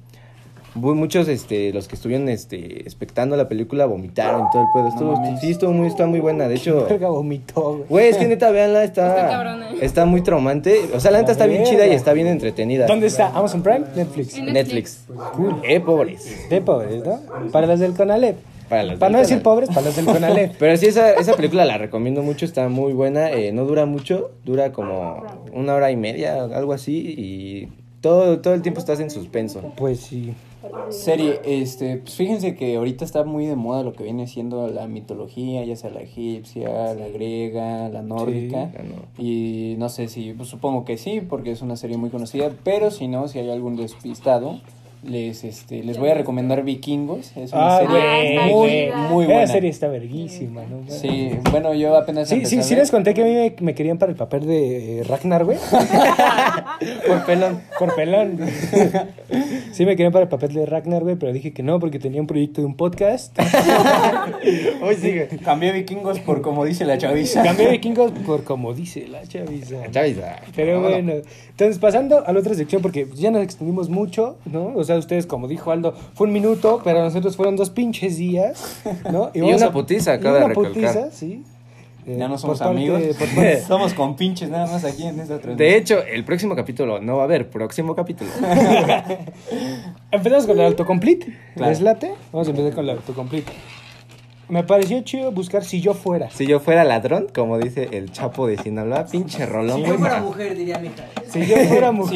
[SPEAKER 1] mu- muchos, este, los que estuvieron, este, espectando la película vomitaron y todo el pedo. Estuvo, sí, estuvo muy, está muy buena. De hecho...
[SPEAKER 2] Verga, vomitó, güey.
[SPEAKER 1] Güey, es que neta, véanla, está,
[SPEAKER 8] Está cabrona.
[SPEAKER 1] está muy traumante. O sea, la neta está bien chida y
[SPEAKER 2] verga.
[SPEAKER 1] está bien entretenida.
[SPEAKER 2] ¿Dónde Pues, está? Amazon Prime, Netflix.
[SPEAKER 8] En
[SPEAKER 1] Netflix. Eh, pobres.
[SPEAKER 2] De pobres, ¿no? Para los del Conalep.
[SPEAKER 1] Para los
[SPEAKER 2] Para
[SPEAKER 1] del
[SPEAKER 2] no
[SPEAKER 1] Conalep.
[SPEAKER 2] decir pobres, para los del Conalep.
[SPEAKER 1] Pero sí, esa, esa película la recomiendo mucho, está muy buena. eh, no dura mucho, dura como una hora y media, algo así. Y todo, todo el tiempo estás en suspenso.
[SPEAKER 2] Pues sí.
[SPEAKER 3] Serie, este, pues fíjense que ahorita está muy de moda lo que viene siendo la mitología, ya sea la egipcia, la griega, la nórdica.
[SPEAKER 1] Ah, no.
[SPEAKER 3] Y no sé si, pues, supongo que sí, porque es una serie muy conocida, pero si no, si hay algún despistado, les este les voy a recomendar Vikingos, es una
[SPEAKER 2] Ah,
[SPEAKER 3] serie muy,
[SPEAKER 8] güey, güey.
[SPEAKER 3] muy
[SPEAKER 2] Esa
[SPEAKER 3] buena.
[SPEAKER 2] serie está verguísima, ¿no?
[SPEAKER 3] Sí, bueno, yo apenas
[SPEAKER 2] Sí,
[SPEAKER 3] empecé
[SPEAKER 2] sí,
[SPEAKER 3] a
[SPEAKER 2] sí
[SPEAKER 3] ver.
[SPEAKER 2] les conté que a mí me, me querían para el papel de eh, Ragnar, güey.
[SPEAKER 1] Por pelón.
[SPEAKER 2] Por pelón. Sí me querían para el papel de Ragnar, güey, pero dije que no porque tenía un proyecto de un podcast.
[SPEAKER 1] Hoy sigue.
[SPEAKER 3] Cambié Vikingos por como dice la chaviza.
[SPEAKER 2] Cambié vikingos por como dice la chaviza.
[SPEAKER 1] Chávez, ah,
[SPEAKER 2] Pero
[SPEAKER 1] vámonos.
[SPEAKER 2] bueno, entonces pasando a la otra sección porque ya nos extendimos mucho, ¿no? O sea, ustedes, como dijo Aldo, fue un minuto, pero nosotros fueron dos pinches días, ¿no?
[SPEAKER 1] Y
[SPEAKER 2] vamos
[SPEAKER 1] una
[SPEAKER 2] a-
[SPEAKER 1] putiza,
[SPEAKER 2] y
[SPEAKER 1] acaba de
[SPEAKER 2] una
[SPEAKER 1] recalcar.
[SPEAKER 2] putiza, sí. Eh,
[SPEAKER 3] Ya no
[SPEAKER 2] por
[SPEAKER 3] somos
[SPEAKER 2] parte-
[SPEAKER 3] amigos.
[SPEAKER 2] por parte-
[SPEAKER 3] Somos compinches nada más aquí en esta transmisión.
[SPEAKER 1] De hecho, el próximo capítulo no va a haber, próximo capítulo.
[SPEAKER 2] Empezamos con el autocomplete.
[SPEAKER 3] Claro.
[SPEAKER 2] ¿Les late? Vamos a empezar con el autocomplete. Me pareció chido buscar si yo fuera.
[SPEAKER 1] Si yo fuera ladrón, como dice el chapo de Sinaloa, pinche rolón,
[SPEAKER 11] Si
[SPEAKER 1] güey.
[SPEAKER 11] yo fuera mujer, diría mi hija.
[SPEAKER 2] Si yo fuera mujer.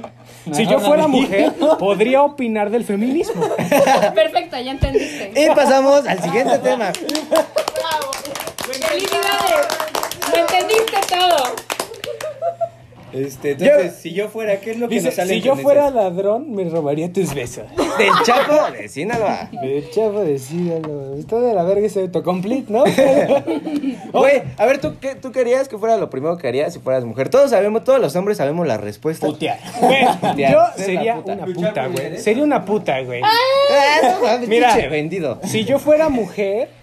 [SPEAKER 3] Si yo fuera mujer,
[SPEAKER 2] Si yo fuera mujer, podría opinar del feminismo.
[SPEAKER 8] Perfecto, ya entendiste.
[SPEAKER 1] Y pasamos al siguiente tema.
[SPEAKER 8] Bravo. Felicidades. Lo entendiste todo.
[SPEAKER 4] Este, entonces, si yo fuera, ¿qué es lo que
[SPEAKER 2] Dice,
[SPEAKER 4] nos sale
[SPEAKER 2] si
[SPEAKER 4] en
[SPEAKER 2] yo
[SPEAKER 4] tendencias?
[SPEAKER 2] fuera ladrón, me robaría tus besos.
[SPEAKER 1] Del chapo de Sinaloa.
[SPEAKER 2] Me chavo decídalo. Está de la verga ese autocomplete, ¿no? Pero-
[SPEAKER 1] Güey, a ver, ¿tú, qué, ¿tú querías que fuera lo primero que harías si fueras mujer? Todos sabemos, todos los hombres sabemos la respuesta.
[SPEAKER 3] Putear.
[SPEAKER 2] Güey,
[SPEAKER 1] Ya,
[SPEAKER 2] yo
[SPEAKER 1] ser
[SPEAKER 2] sería
[SPEAKER 1] la puta.
[SPEAKER 2] una puta, güey. Sería una puta, güey.
[SPEAKER 1] Ah, no mames,
[SPEAKER 2] Mira.
[SPEAKER 1] pinche vendido.
[SPEAKER 2] Si yo fuera mujer.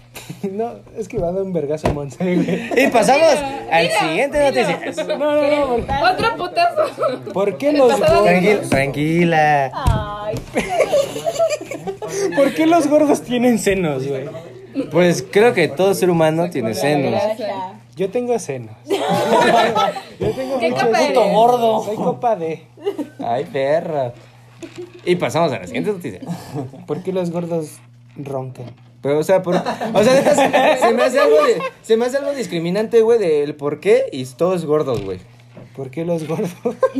[SPEAKER 2] No, es que va a dar un vergazo a Monse, güey.
[SPEAKER 1] Y pasamos
[SPEAKER 8] Dilo,
[SPEAKER 1] al
[SPEAKER 8] dilo,
[SPEAKER 1] siguiente
[SPEAKER 8] dilo.
[SPEAKER 1] noticia.
[SPEAKER 2] No, no, no. ¿por-
[SPEAKER 8] Otro putazo.
[SPEAKER 2] ¿Por qué los
[SPEAKER 8] Pasado de-
[SPEAKER 1] Tranquil- tranquila.
[SPEAKER 8] Ay.
[SPEAKER 2] ¿Por qué los gordos tienen senos, güey?
[SPEAKER 1] Pues creo que todo ser humano tiene senos.
[SPEAKER 2] Yo tengo senos. Yo tengo
[SPEAKER 8] ¿Qué
[SPEAKER 2] muchos-
[SPEAKER 8] capa eres? Puto
[SPEAKER 3] gordo.
[SPEAKER 2] Soy copa D.
[SPEAKER 1] Ay, perra. Y pasamos a la siguiente noticia.
[SPEAKER 2] ¿Por qué los gordos roncan?
[SPEAKER 1] Pero, o sea, por- o sea, neta, se, se me hace algo de- se me hace algo discriminante, güey, del por qué y todos gordos, güey.
[SPEAKER 2] ¿Por qué los gordos?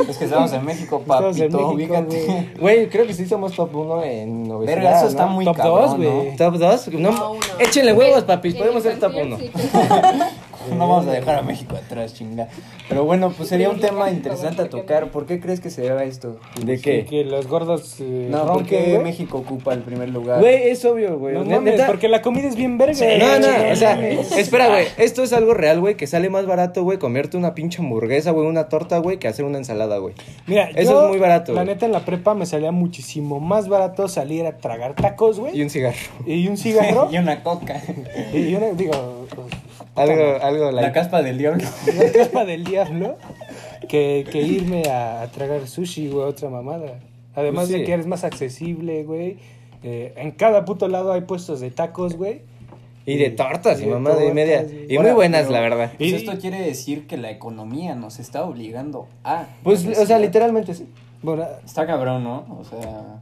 [SPEAKER 3] Es que estamos en México,
[SPEAKER 2] Estamos en
[SPEAKER 3] papito,
[SPEAKER 2] México, güey.
[SPEAKER 3] ubícate.
[SPEAKER 1] Güey, creo que sí somos top 1 en obesidad,
[SPEAKER 3] Verga, eso
[SPEAKER 1] ¿no?
[SPEAKER 3] está muy
[SPEAKER 2] Top
[SPEAKER 3] cabrón,
[SPEAKER 2] dos, güey.
[SPEAKER 1] ¿Top 2? No,
[SPEAKER 8] No, uno.
[SPEAKER 1] échenle huevos, papis.
[SPEAKER 8] En
[SPEAKER 1] Podemos ser top
[SPEAKER 8] infantil,
[SPEAKER 1] 1.
[SPEAKER 8] sí, pues, claro.
[SPEAKER 3] ¿no? No vamos a dejar a México atrás, chinga. Pero bueno, pues sería un tema interesante a tocar. ¿Por qué crees que se deba esto?
[SPEAKER 1] ¿De qué?
[SPEAKER 2] ¿Qué? Que los gordos eh,
[SPEAKER 3] No, pues ¿por
[SPEAKER 2] ronquen,
[SPEAKER 3] qué
[SPEAKER 2] güey?
[SPEAKER 3] México ocupa el primer lugar?
[SPEAKER 1] Güey, es obvio, güey.
[SPEAKER 2] No
[SPEAKER 1] Ne-
[SPEAKER 2] mames,
[SPEAKER 1] neta.
[SPEAKER 2] Pues, porque la comida es bien verga.
[SPEAKER 1] No, no,
[SPEAKER 2] güey.
[SPEAKER 1] o sea, espera, güey. Esto es algo real, güey, que sale más barato, güey, comerte una pinche hamburguesa, güey, una torta, güey, que hacer una ensalada, güey.
[SPEAKER 2] Mira,
[SPEAKER 1] eso
[SPEAKER 2] yo,
[SPEAKER 1] es muy barato,
[SPEAKER 2] La
[SPEAKER 1] güey.
[SPEAKER 2] neta en la prepa me salía muchísimo más barato salir a tragar tacos,
[SPEAKER 1] Y
[SPEAKER 2] güey.
[SPEAKER 1] un cigarro.
[SPEAKER 2] Y un cigarro.
[SPEAKER 3] y una coca.
[SPEAKER 2] y una, digo, pues,
[SPEAKER 1] Algo, algo
[SPEAKER 3] La
[SPEAKER 1] like.
[SPEAKER 3] caspa del diablo.
[SPEAKER 2] la capa del diablo. que, que irme a, a tragar sushi, güey, otra mamada. Además
[SPEAKER 1] Pues sí.
[SPEAKER 2] de que eres más accesible, güey. Eh, en cada puto lado hay puestos de tacos, güey.
[SPEAKER 1] Y de tortas, y,
[SPEAKER 2] de
[SPEAKER 1] mamá de
[SPEAKER 2] tortas,
[SPEAKER 1] media.
[SPEAKER 2] güey.
[SPEAKER 1] Y
[SPEAKER 2] Ahora,
[SPEAKER 1] muy buenas,
[SPEAKER 2] pero-
[SPEAKER 1] la verdad.
[SPEAKER 3] Pues
[SPEAKER 2] Y-
[SPEAKER 3] esto quiere decir que la economía nos está obligando a.
[SPEAKER 1] Pues, o sea, literalmente sí.
[SPEAKER 2] Bueno,
[SPEAKER 3] Está cabrón, ¿no? O sea,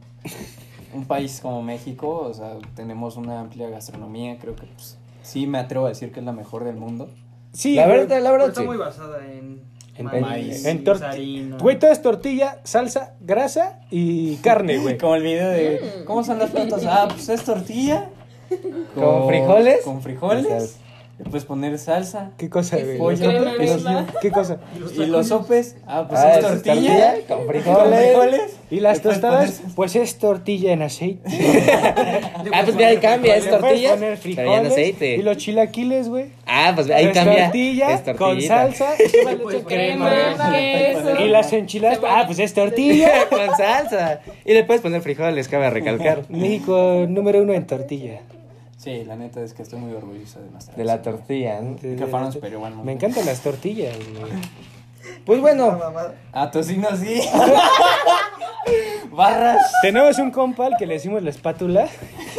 [SPEAKER 3] un país como México, o sea, tenemos una amplia gastronomía, creo que pues, sí me atrevo a decir que es la mejor del mundo.
[SPEAKER 2] sí,
[SPEAKER 1] la
[SPEAKER 2] güey.
[SPEAKER 1] verdad, la verdad,
[SPEAKER 11] está
[SPEAKER 1] sí.
[SPEAKER 11] muy basada en,
[SPEAKER 2] En-
[SPEAKER 3] maíz,
[SPEAKER 2] en tor-
[SPEAKER 11] harina.
[SPEAKER 2] Güey, todo es tortilla, salsa, grasa y carne, güey.
[SPEAKER 3] Como el video de ¿Cómo son las plantas? Ah, pues es tortilla.
[SPEAKER 1] ¿Con frijoles?
[SPEAKER 3] Con
[SPEAKER 1] Con
[SPEAKER 3] frijoles.
[SPEAKER 1] salsa.
[SPEAKER 3] Le puedes poner salsa.
[SPEAKER 2] ¿Qué cosa,
[SPEAKER 8] Sí, sí,
[SPEAKER 2] güey?
[SPEAKER 3] pollo.
[SPEAKER 2] ¿Qué-
[SPEAKER 8] crema misma.
[SPEAKER 2] ¿Qué cosa?
[SPEAKER 3] Y los sopes. Ah, pues
[SPEAKER 1] Ah,
[SPEAKER 3] es tortilla.
[SPEAKER 1] Con
[SPEAKER 3] Con
[SPEAKER 1] frijoles.
[SPEAKER 3] frijoles.
[SPEAKER 2] ¿Y las
[SPEAKER 3] Le puedes
[SPEAKER 2] tostadas?
[SPEAKER 3] poner-
[SPEAKER 2] Pues es tortilla en aceite.
[SPEAKER 1] Ah, pues mira, ahí cambia, es
[SPEAKER 2] Le puedes
[SPEAKER 1] tortilla.
[SPEAKER 2] poner
[SPEAKER 1] Pero ya en
[SPEAKER 2] frijoles
[SPEAKER 1] aceite.
[SPEAKER 2] Y los chilaquiles, güey.
[SPEAKER 1] Ah, pues ahí
[SPEAKER 2] Es
[SPEAKER 1] cambia.
[SPEAKER 2] tortilla
[SPEAKER 1] Es tortillita.
[SPEAKER 2] con salsa. ¿y qué más le echas?
[SPEAKER 8] Crema, queso.
[SPEAKER 2] Y las enchiladas, ah, pues es tortilla.
[SPEAKER 1] Tortilla con salsa. Y le puedes poner frijoles, cabe recalcar.
[SPEAKER 2] México número uno en tortilla.
[SPEAKER 3] Sí, la neta es que estoy muy orgulloso de nuestra.
[SPEAKER 1] De la tortilla, ¿no?
[SPEAKER 3] Que fueron los peruanos.
[SPEAKER 2] Me encantan las tortillas, güey.
[SPEAKER 1] Pues bueno,
[SPEAKER 3] Ah, tocino sí. Barras.
[SPEAKER 2] Tenemos un compa al que le decimos la espátula.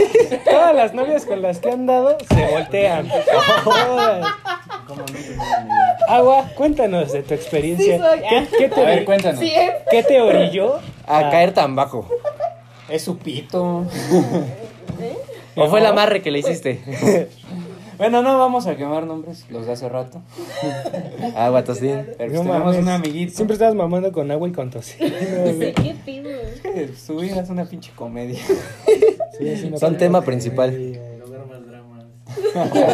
[SPEAKER 2] Todas las novias con las que han dado se voltean. Todas. Agua, cuéntanos de tu experiencia.
[SPEAKER 8] Sí soy.
[SPEAKER 2] ¿Qué, qué
[SPEAKER 3] A
[SPEAKER 2] te,
[SPEAKER 3] ver, cuéntanos.
[SPEAKER 8] Sí, es.
[SPEAKER 2] qué te orilló?
[SPEAKER 1] a caer tan bajo.
[SPEAKER 3] Es su pito.
[SPEAKER 1] ¿O fue el amarre que le hiciste?
[SPEAKER 3] Bueno, no vamos a quemar nombres, los de hace rato.
[SPEAKER 1] Agua, tostín.
[SPEAKER 3] Pero
[SPEAKER 2] No
[SPEAKER 3] pues tenemos
[SPEAKER 2] mames.
[SPEAKER 3] un amiguito.
[SPEAKER 2] Siempre estabas mamando con agua y con tos.
[SPEAKER 8] Sí, qué pido.
[SPEAKER 3] Eh, Su vida es una pinche comedia.
[SPEAKER 1] Son tema principal.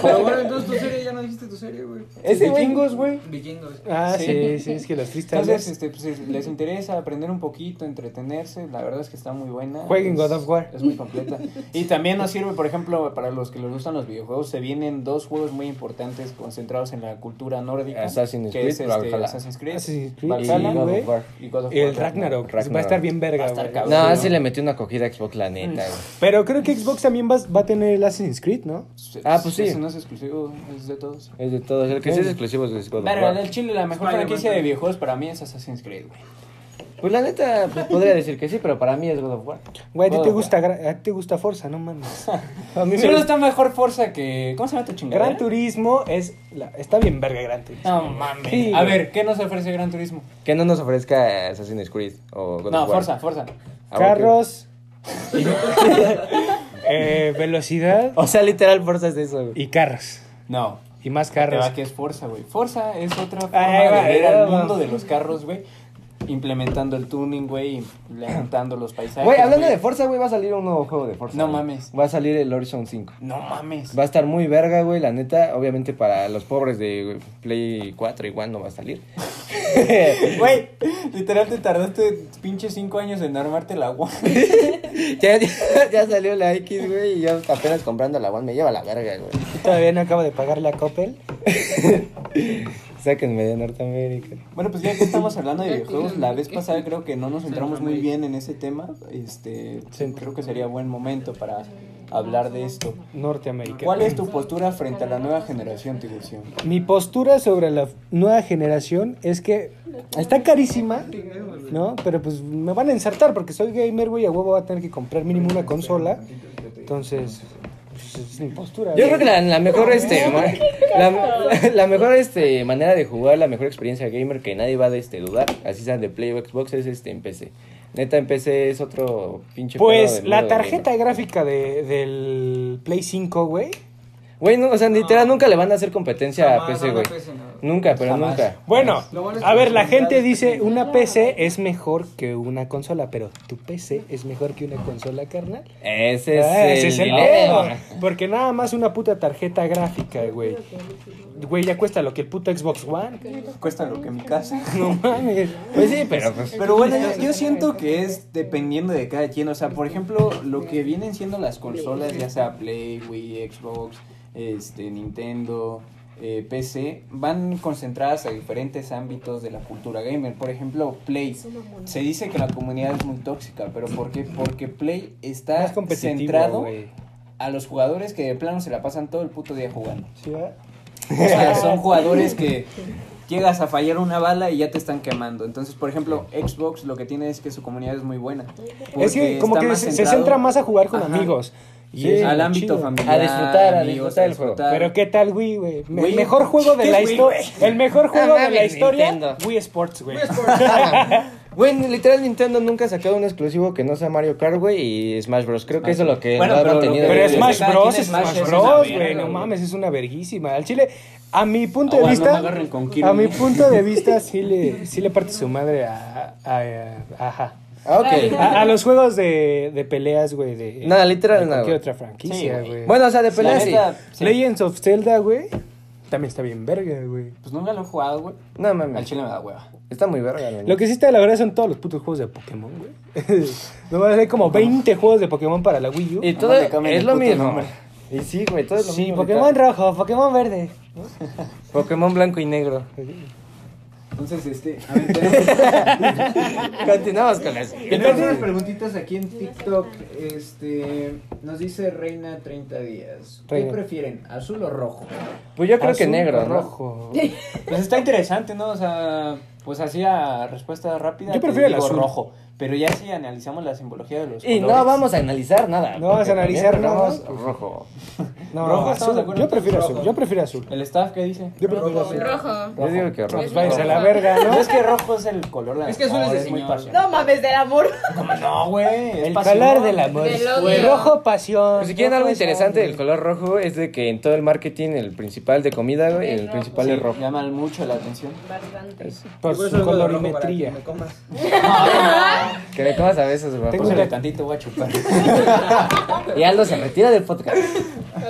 [SPEAKER 11] Pero bueno, entonces tu serie ya no dijiste tu serie, güey.
[SPEAKER 2] Es de vikingos, güey.
[SPEAKER 11] Vikingos.
[SPEAKER 2] Ah, sí.
[SPEAKER 3] Sí.
[SPEAKER 2] sí, es que los freestylers
[SPEAKER 3] Entonces, este, pues, si les interesa aprender un poquito, entretenerse, la verdad es que está muy buena.
[SPEAKER 2] Jueguen
[SPEAKER 3] Es-
[SPEAKER 2] God of War.
[SPEAKER 3] Es muy completa. Y también nos sirve, por ejemplo, para los que les gustan los videojuegos, se vienen dos juegos muy importantes concentrados en la cultura nórdica.
[SPEAKER 1] Assassin's
[SPEAKER 3] que
[SPEAKER 1] Creed,
[SPEAKER 3] es, este,
[SPEAKER 1] Valhalla.
[SPEAKER 3] Assassin's Creed,
[SPEAKER 2] Assassin's Creed,
[SPEAKER 3] Valhalla,
[SPEAKER 2] y God
[SPEAKER 1] of War.
[SPEAKER 3] y God of
[SPEAKER 2] y el
[SPEAKER 3] War.
[SPEAKER 2] Ragnarok. Va a
[SPEAKER 1] Ragnarok.
[SPEAKER 2] estar bien
[SPEAKER 3] Va a
[SPEAKER 2] verga,
[SPEAKER 3] estar
[SPEAKER 2] güey.
[SPEAKER 3] cabrón.
[SPEAKER 1] No, sí le metí una cogida a Xbox, la neta, güey.
[SPEAKER 2] Pero creo que Xbox también va, va a tener el Assassin's Creed, ¿no?
[SPEAKER 1] Ah, pues sí.
[SPEAKER 3] Ese no es exclusivo, es de todos.
[SPEAKER 1] Es de todos. El que sí es exclusivo es de God of
[SPEAKER 3] Pero
[SPEAKER 1] War.
[SPEAKER 3] del Chile, la mejor
[SPEAKER 11] Spider-Man
[SPEAKER 3] franquicia de
[SPEAKER 11] también.
[SPEAKER 3] videojuegos para mí es Assassin's Creed, güey.
[SPEAKER 1] Pues la neta, pues podría decir que sí, pero para mí es God of War.
[SPEAKER 2] Güey, a ti
[SPEAKER 3] God
[SPEAKER 2] te
[SPEAKER 3] of War.
[SPEAKER 2] gusta, gra- a ti te gusta Forza, no mames. A mí me
[SPEAKER 3] Solo
[SPEAKER 2] gusta.
[SPEAKER 3] está mejor Forza que. ¿Cómo se llama tu chingadera?
[SPEAKER 2] Gran Turismo es la- está bien verga Gran Turismo.
[SPEAKER 3] No mames.
[SPEAKER 2] Sí,
[SPEAKER 3] a
[SPEAKER 2] güey.
[SPEAKER 3] ver, ¿qué nos ofrece Gran Turismo?
[SPEAKER 1] Que no nos ofrezca Assassin's Creed o God
[SPEAKER 3] No,
[SPEAKER 1] of War.
[SPEAKER 3] Forza, Forza.
[SPEAKER 1] Ah, ok.
[SPEAKER 2] Carros, eh, velocidad
[SPEAKER 1] O sea, literal, Forza es eso, güey.
[SPEAKER 2] y carros
[SPEAKER 3] No.
[SPEAKER 2] y más
[SPEAKER 3] Pero
[SPEAKER 2] carros.
[SPEAKER 3] aquí es Forza, güey. Forza es otra forma
[SPEAKER 2] Ahí va,
[SPEAKER 3] de ver
[SPEAKER 2] ahí
[SPEAKER 3] al
[SPEAKER 2] va.
[SPEAKER 3] mundo de los carros, güey. Implementando el tuning, güey. Implementando los paisajes.
[SPEAKER 1] Güey, hablando
[SPEAKER 3] güey.
[SPEAKER 1] de Forza, güey, va a salir un nuevo juego de Forza.
[SPEAKER 3] No
[SPEAKER 1] güey.
[SPEAKER 3] mames.
[SPEAKER 1] Va a salir el Horizon 5.
[SPEAKER 3] No mames.
[SPEAKER 1] Va a estar muy verga, güey, la neta. Obviamente para los pobres de Play 4 igual no va a salir.
[SPEAKER 3] Güey, literal te tardaste pinche cinco años en armarte la agua.
[SPEAKER 1] Ya, ya, ya salió la X, güey, y yo apenas comprando la One me lleva la verga, güey.
[SPEAKER 2] Todavía no acabo de pagar la Coppel.
[SPEAKER 1] Sáquenme de Norteamérica.
[SPEAKER 3] Bueno, pues ya que estamos hablando de videojuegos, la vez pasada creo que no nos centramos muy bien en ese tema. Este, creo que sería buen momento para hablar de esto.
[SPEAKER 2] Norteamérica.
[SPEAKER 3] ¿Cuál es tu postura frente a la nueva generación, Tiburcio?
[SPEAKER 2] Mi postura sobre la nueva generación es que está carísima, ¿no? Pero pues me van a ensartar porque soy gamer, güey, a huevo va a tener que comprar mínimo una consola. Entonces, pues, es mi postura.
[SPEAKER 1] Yo creo que la, la mejor, este, ma- la, la mejor, este, manera de jugar, la mejor experiencia gamer que nadie va a, este, dudar, así sea de Play o Xbox, es, este, en PC. Neta, en PC es otro pinche... pedo
[SPEAKER 2] Pues
[SPEAKER 1] del
[SPEAKER 2] la
[SPEAKER 1] mundo
[SPEAKER 2] tarjeta
[SPEAKER 1] gamer.
[SPEAKER 2] gráfica de, del Play 5, güey.
[SPEAKER 1] Güey, no, o sea, literal, nunca le van a hacer competencia a PC, güey. Nunca, pero
[SPEAKER 3] Jamás.
[SPEAKER 1] nunca.
[SPEAKER 2] Bueno,
[SPEAKER 11] Lo bueno es
[SPEAKER 2] a
[SPEAKER 11] que
[SPEAKER 2] ver,
[SPEAKER 11] los
[SPEAKER 2] la gente
[SPEAKER 11] celulares
[SPEAKER 2] dice
[SPEAKER 11] pequeños.
[SPEAKER 2] una PC es mejor que una consola, pero tu PC es mejor que una consola, carnal.
[SPEAKER 1] Ese es,
[SPEAKER 2] Ah, ese
[SPEAKER 1] el,
[SPEAKER 2] es el
[SPEAKER 1] dilema.
[SPEAKER 2] pedo. Porque nada más una puta tarjeta gráfica, güey. Güey, ya cuesta lo que el puto Xbox One.
[SPEAKER 3] Cuesta lo que mi casa.
[SPEAKER 2] No mames.
[SPEAKER 1] Pues sí, pero pues...
[SPEAKER 3] Pero bueno, yo, yo siento que es dependiendo de cada quien. O sea, por ejemplo, lo que vienen siendo las consolas, ya sea Play, Wii, Xbox, este, Nintendo, eh, PC, van concentradas a diferentes ámbitos de la cultura gamer. Por ejemplo, Play. Se dice que la comunidad es muy tóxica, pero ¿por qué? Porque Play está
[SPEAKER 2] Más competitivo,
[SPEAKER 3] centrado
[SPEAKER 2] güey.
[SPEAKER 3] a los jugadores que de plano se la pasan todo el puto día jugando.
[SPEAKER 2] Sí, ¿verdad?
[SPEAKER 3] O sea, son jugadores que llegas a fallar una bala y ya te están quemando. Entonces, por ejemplo, Xbox lo que tiene es que su comunidad es muy buena.
[SPEAKER 2] Es que
[SPEAKER 3] porque
[SPEAKER 2] como
[SPEAKER 3] está
[SPEAKER 2] que
[SPEAKER 3] más
[SPEAKER 2] se, se
[SPEAKER 3] centrado-
[SPEAKER 2] centra más a jugar con
[SPEAKER 3] Ajá.
[SPEAKER 2] amigos. Y
[SPEAKER 3] Sí,
[SPEAKER 2] es
[SPEAKER 3] al
[SPEAKER 2] lo
[SPEAKER 3] ámbito
[SPEAKER 2] chido.
[SPEAKER 3] familiar.
[SPEAKER 1] A disfrutar, a
[SPEAKER 3] amigos,
[SPEAKER 1] disfrutar el juego.
[SPEAKER 2] Pero qué tal Wii, güey. Me-
[SPEAKER 3] Wii.
[SPEAKER 2] Mejor juego de
[SPEAKER 3] ¿Qué
[SPEAKER 2] la
[SPEAKER 3] es Wii,
[SPEAKER 2] historia. El mejor juego de la
[SPEAKER 1] mames,
[SPEAKER 2] historia.
[SPEAKER 1] Nintendo.
[SPEAKER 2] Wii Sports, güey.
[SPEAKER 1] Güey, literal Nintendo nunca ha sacado un exclusivo que no sea Mario Kart, güey, y Smash Bros. Creo que eso es lo que
[SPEAKER 3] Bueno,
[SPEAKER 1] no han
[SPEAKER 3] pero lo
[SPEAKER 1] mantenido.
[SPEAKER 3] que-
[SPEAKER 2] Pero
[SPEAKER 1] güey.
[SPEAKER 3] es
[SPEAKER 2] Smash
[SPEAKER 3] cada
[SPEAKER 2] Bros.
[SPEAKER 3] quien
[SPEAKER 2] es Smash
[SPEAKER 3] Smash es una
[SPEAKER 2] Bros,
[SPEAKER 3] verga,
[SPEAKER 2] güey. No
[SPEAKER 3] güey.
[SPEAKER 2] mames, es una verguísima. Al chile, a mi punto
[SPEAKER 3] Ah,
[SPEAKER 2] de
[SPEAKER 3] bueno, no
[SPEAKER 2] vista.
[SPEAKER 3] me agarren con Kirby.
[SPEAKER 2] A mi punto de vista, sí le, sí le parte su madre a. a, a- ajá.
[SPEAKER 1] Ah, ok.
[SPEAKER 2] A, a los juegos de, de peleas, güey. De,
[SPEAKER 1] Nada, literal,
[SPEAKER 2] de
[SPEAKER 1] nada,
[SPEAKER 2] cualquier
[SPEAKER 1] güey.
[SPEAKER 2] otra franquicia,
[SPEAKER 3] Sí, güey.
[SPEAKER 2] güey.
[SPEAKER 1] Bueno, o sea, de peleas sí.
[SPEAKER 3] neta, sí.
[SPEAKER 2] Legends of Zelda, güey. También está bien verga, güey.
[SPEAKER 3] Pues nunca lo he jugado, güey.
[SPEAKER 1] No
[SPEAKER 3] Al
[SPEAKER 1] mames.
[SPEAKER 3] chile me da hueva.
[SPEAKER 1] Está muy verga, güey.
[SPEAKER 2] Lo que sí está de la verdad son todos los putos juegos de Pokémon, güey. no mames, hay como 20 juegos de Pokémon para la Wii U.
[SPEAKER 1] Y todo
[SPEAKER 3] Nomás le cambian
[SPEAKER 1] es
[SPEAKER 3] el
[SPEAKER 1] lo
[SPEAKER 3] puto
[SPEAKER 1] mismo.
[SPEAKER 3] nombre.
[SPEAKER 1] Y sí, güey, todo es lo
[SPEAKER 2] Sí,
[SPEAKER 1] mismo.
[SPEAKER 2] Pokémon
[SPEAKER 1] literal.
[SPEAKER 2] rojo, Pokémon verde.
[SPEAKER 1] Pokémon blanco y negro.
[SPEAKER 5] Entonces, este, a ver, tenemos,
[SPEAKER 1] Continuamos con eso.
[SPEAKER 5] tenemos unas preguntitas aquí en TikTok. Este, nos dice Reina 30 días. ¿Qué
[SPEAKER 2] Reina.
[SPEAKER 5] prefieren, azul o rojo?
[SPEAKER 1] Pues yo creo que
[SPEAKER 2] Azul
[SPEAKER 1] negro,
[SPEAKER 2] o
[SPEAKER 1] ¿no?
[SPEAKER 2] rojo.
[SPEAKER 3] Pues está interesante, ¿no? O sea, pues así a respuesta
[SPEAKER 2] Yo
[SPEAKER 3] rápida. te
[SPEAKER 2] prefiero el
[SPEAKER 3] digo
[SPEAKER 2] azul.
[SPEAKER 3] rojo. Pero ya si analizamos la simbología de los
[SPEAKER 1] Y no
[SPEAKER 3] colores.
[SPEAKER 1] vamos a analizar nada.
[SPEAKER 2] No vamos a
[SPEAKER 1] porque
[SPEAKER 2] analizar
[SPEAKER 1] también
[SPEAKER 2] nada.
[SPEAKER 1] hablamos Rojo.
[SPEAKER 2] No,
[SPEAKER 3] Rojo, estamos de
[SPEAKER 2] azul.
[SPEAKER 3] acuerdo.
[SPEAKER 2] Yo prefiero azul,
[SPEAKER 3] Rojo.
[SPEAKER 2] yo prefiero azul.
[SPEAKER 3] ¿El staff qué dice?
[SPEAKER 2] Yo prefiero azul.
[SPEAKER 8] Rojo.
[SPEAKER 1] Yo digo que
[SPEAKER 2] No,
[SPEAKER 1] rojo.
[SPEAKER 2] pues váyanse a la verga,
[SPEAKER 3] No,
[SPEAKER 2] ¿no?
[SPEAKER 3] es que rojo es el color de
[SPEAKER 5] Es que azul
[SPEAKER 3] amor,
[SPEAKER 5] es de
[SPEAKER 3] muy
[SPEAKER 5] señor.
[SPEAKER 3] pasión.
[SPEAKER 8] No mames, del amor.
[SPEAKER 3] No, güey. es
[SPEAKER 2] El
[SPEAKER 3] pasión.
[SPEAKER 2] color del amor.
[SPEAKER 8] Del odio.
[SPEAKER 2] Rojo pasión.
[SPEAKER 1] Pues si quieren algo
[SPEAKER 2] rojo
[SPEAKER 1] interesante del
[SPEAKER 2] sangre.
[SPEAKER 1] color rojo es de que en todo el marketing el principal de comida, güey,
[SPEAKER 8] El
[SPEAKER 1] el
[SPEAKER 8] rojo.
[SPEAKER 1] principal
[SPEAKER 3] Sí,
[SPEAKER 1] es rojo.
[SPEAKER 3] Llama mucho la atención.
[SPEAKER 8] Bastante.
[SPEAKER 2] Por
[SPEAKER 5] Yo por
[SPEAKER 2] su
[SPEAKER 5] eso algo de rojo para
[SPEAKER 2] colorimetría.
[SPEAKER 5] que me comas.
[SPEAKER 1] Que me comas a veces, güey. Pues,
[SPEAKER 2] Tengo-
[SPEAKER 3] Pásale tantito, voy a chupar.
[SPEAKER 1] Y Aldo se retira del podcast.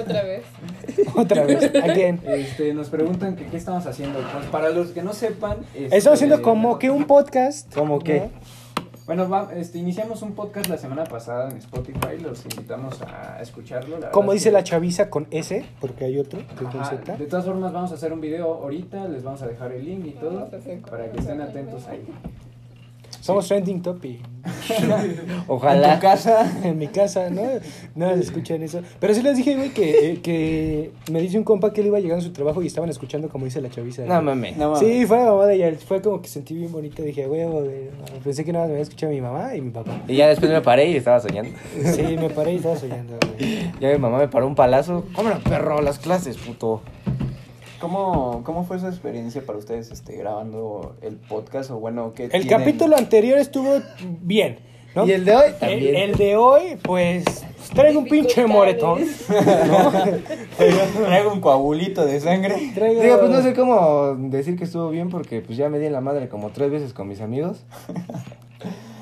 [SPEAKER 8] Otra vez.
[SPEAKER 2] Otra vez, again.
[SPEAKER 5] Este, nos preguntan que qué estamos haciendo. Pues para los que no sepan, este,
[SPEAKER 2] Estamos haciendo como que un podcast.
[SPEAKER 1] ¿Cómo qué?
[SPEAKER 5] Bueno, va- este, iniciamos un podcast la semana pasada en Spotify. Los invitamos a escucharlo. la
[SPEAKER 2] Como
[SPEAKER 5] verdad
[SPEAKER 2] dice
[SPEAKER 5] que-
[SPEAKER 2] la chaviza con S, porque hay otro que es con
[SPEAKER 5] Ajá,
[SPEAKER 2] Z.
[SPEAKER 5] de todas formas vamos a hacer un video ahorita, les vamos a dejar el link y todo
[SPEAKER 8] Vamos a hacer
[SPEAKER 5] para que estén atentos ahí.
[SPEAKER 2] Somos trending topic.
[SPEAKER 1] Ojalá.
[SPEAKER 2] casa. En mi casa, ¿no? No se escuchan eso. Pero sí les dije, güey, que, eh, que me dice un compa que él iba llegando a su trabajo y estaban escuchando como dice la chaviza.
[SPEAKER 1] No mames.
[SPEAKER 3] No mames.
[SPEAKER 2] Sí, fue la mamá de ella. Fue como que sentí bien bonito. Dije, güey, güey, no, pensé que nada más me había escuchado mi mamá y mi papá.
[SPEAKER 1] Y ya después me paré y estaba soñando.
[SPEAKER 2] Sí, me paré y estaba soñando, güey.
[SPEAKER 1] Ya mi mamá me paró un palazo. Cómela, perro, las clases, puto.
[SPEAKER 3] ¿Cómo, ¿Cómo fue su experiencia para ustedes este, grabando el podcast? O bueno, ¿qué
[SPEAKER 2] El
[SPEAKER 3] tienen?
[SPEAKER 2] capítulo anterior estuvo bien, ¿no?
[SPEAKER 1] Y el de hoy
[SPEAKER 2] El,
[SPEAKER 1] también.
[SPEAKER 2] el de hoy, pues, traigo un pinche moretón.
[SPEAKER 3] Traigo un coagulito de sangre.
[SPEAKER 2] Traigo...
[SPEAKER 1] Digo, pues no sé cómo decir que estuvo bien porque pues ya me di en la madre como tres veces con mis amigos.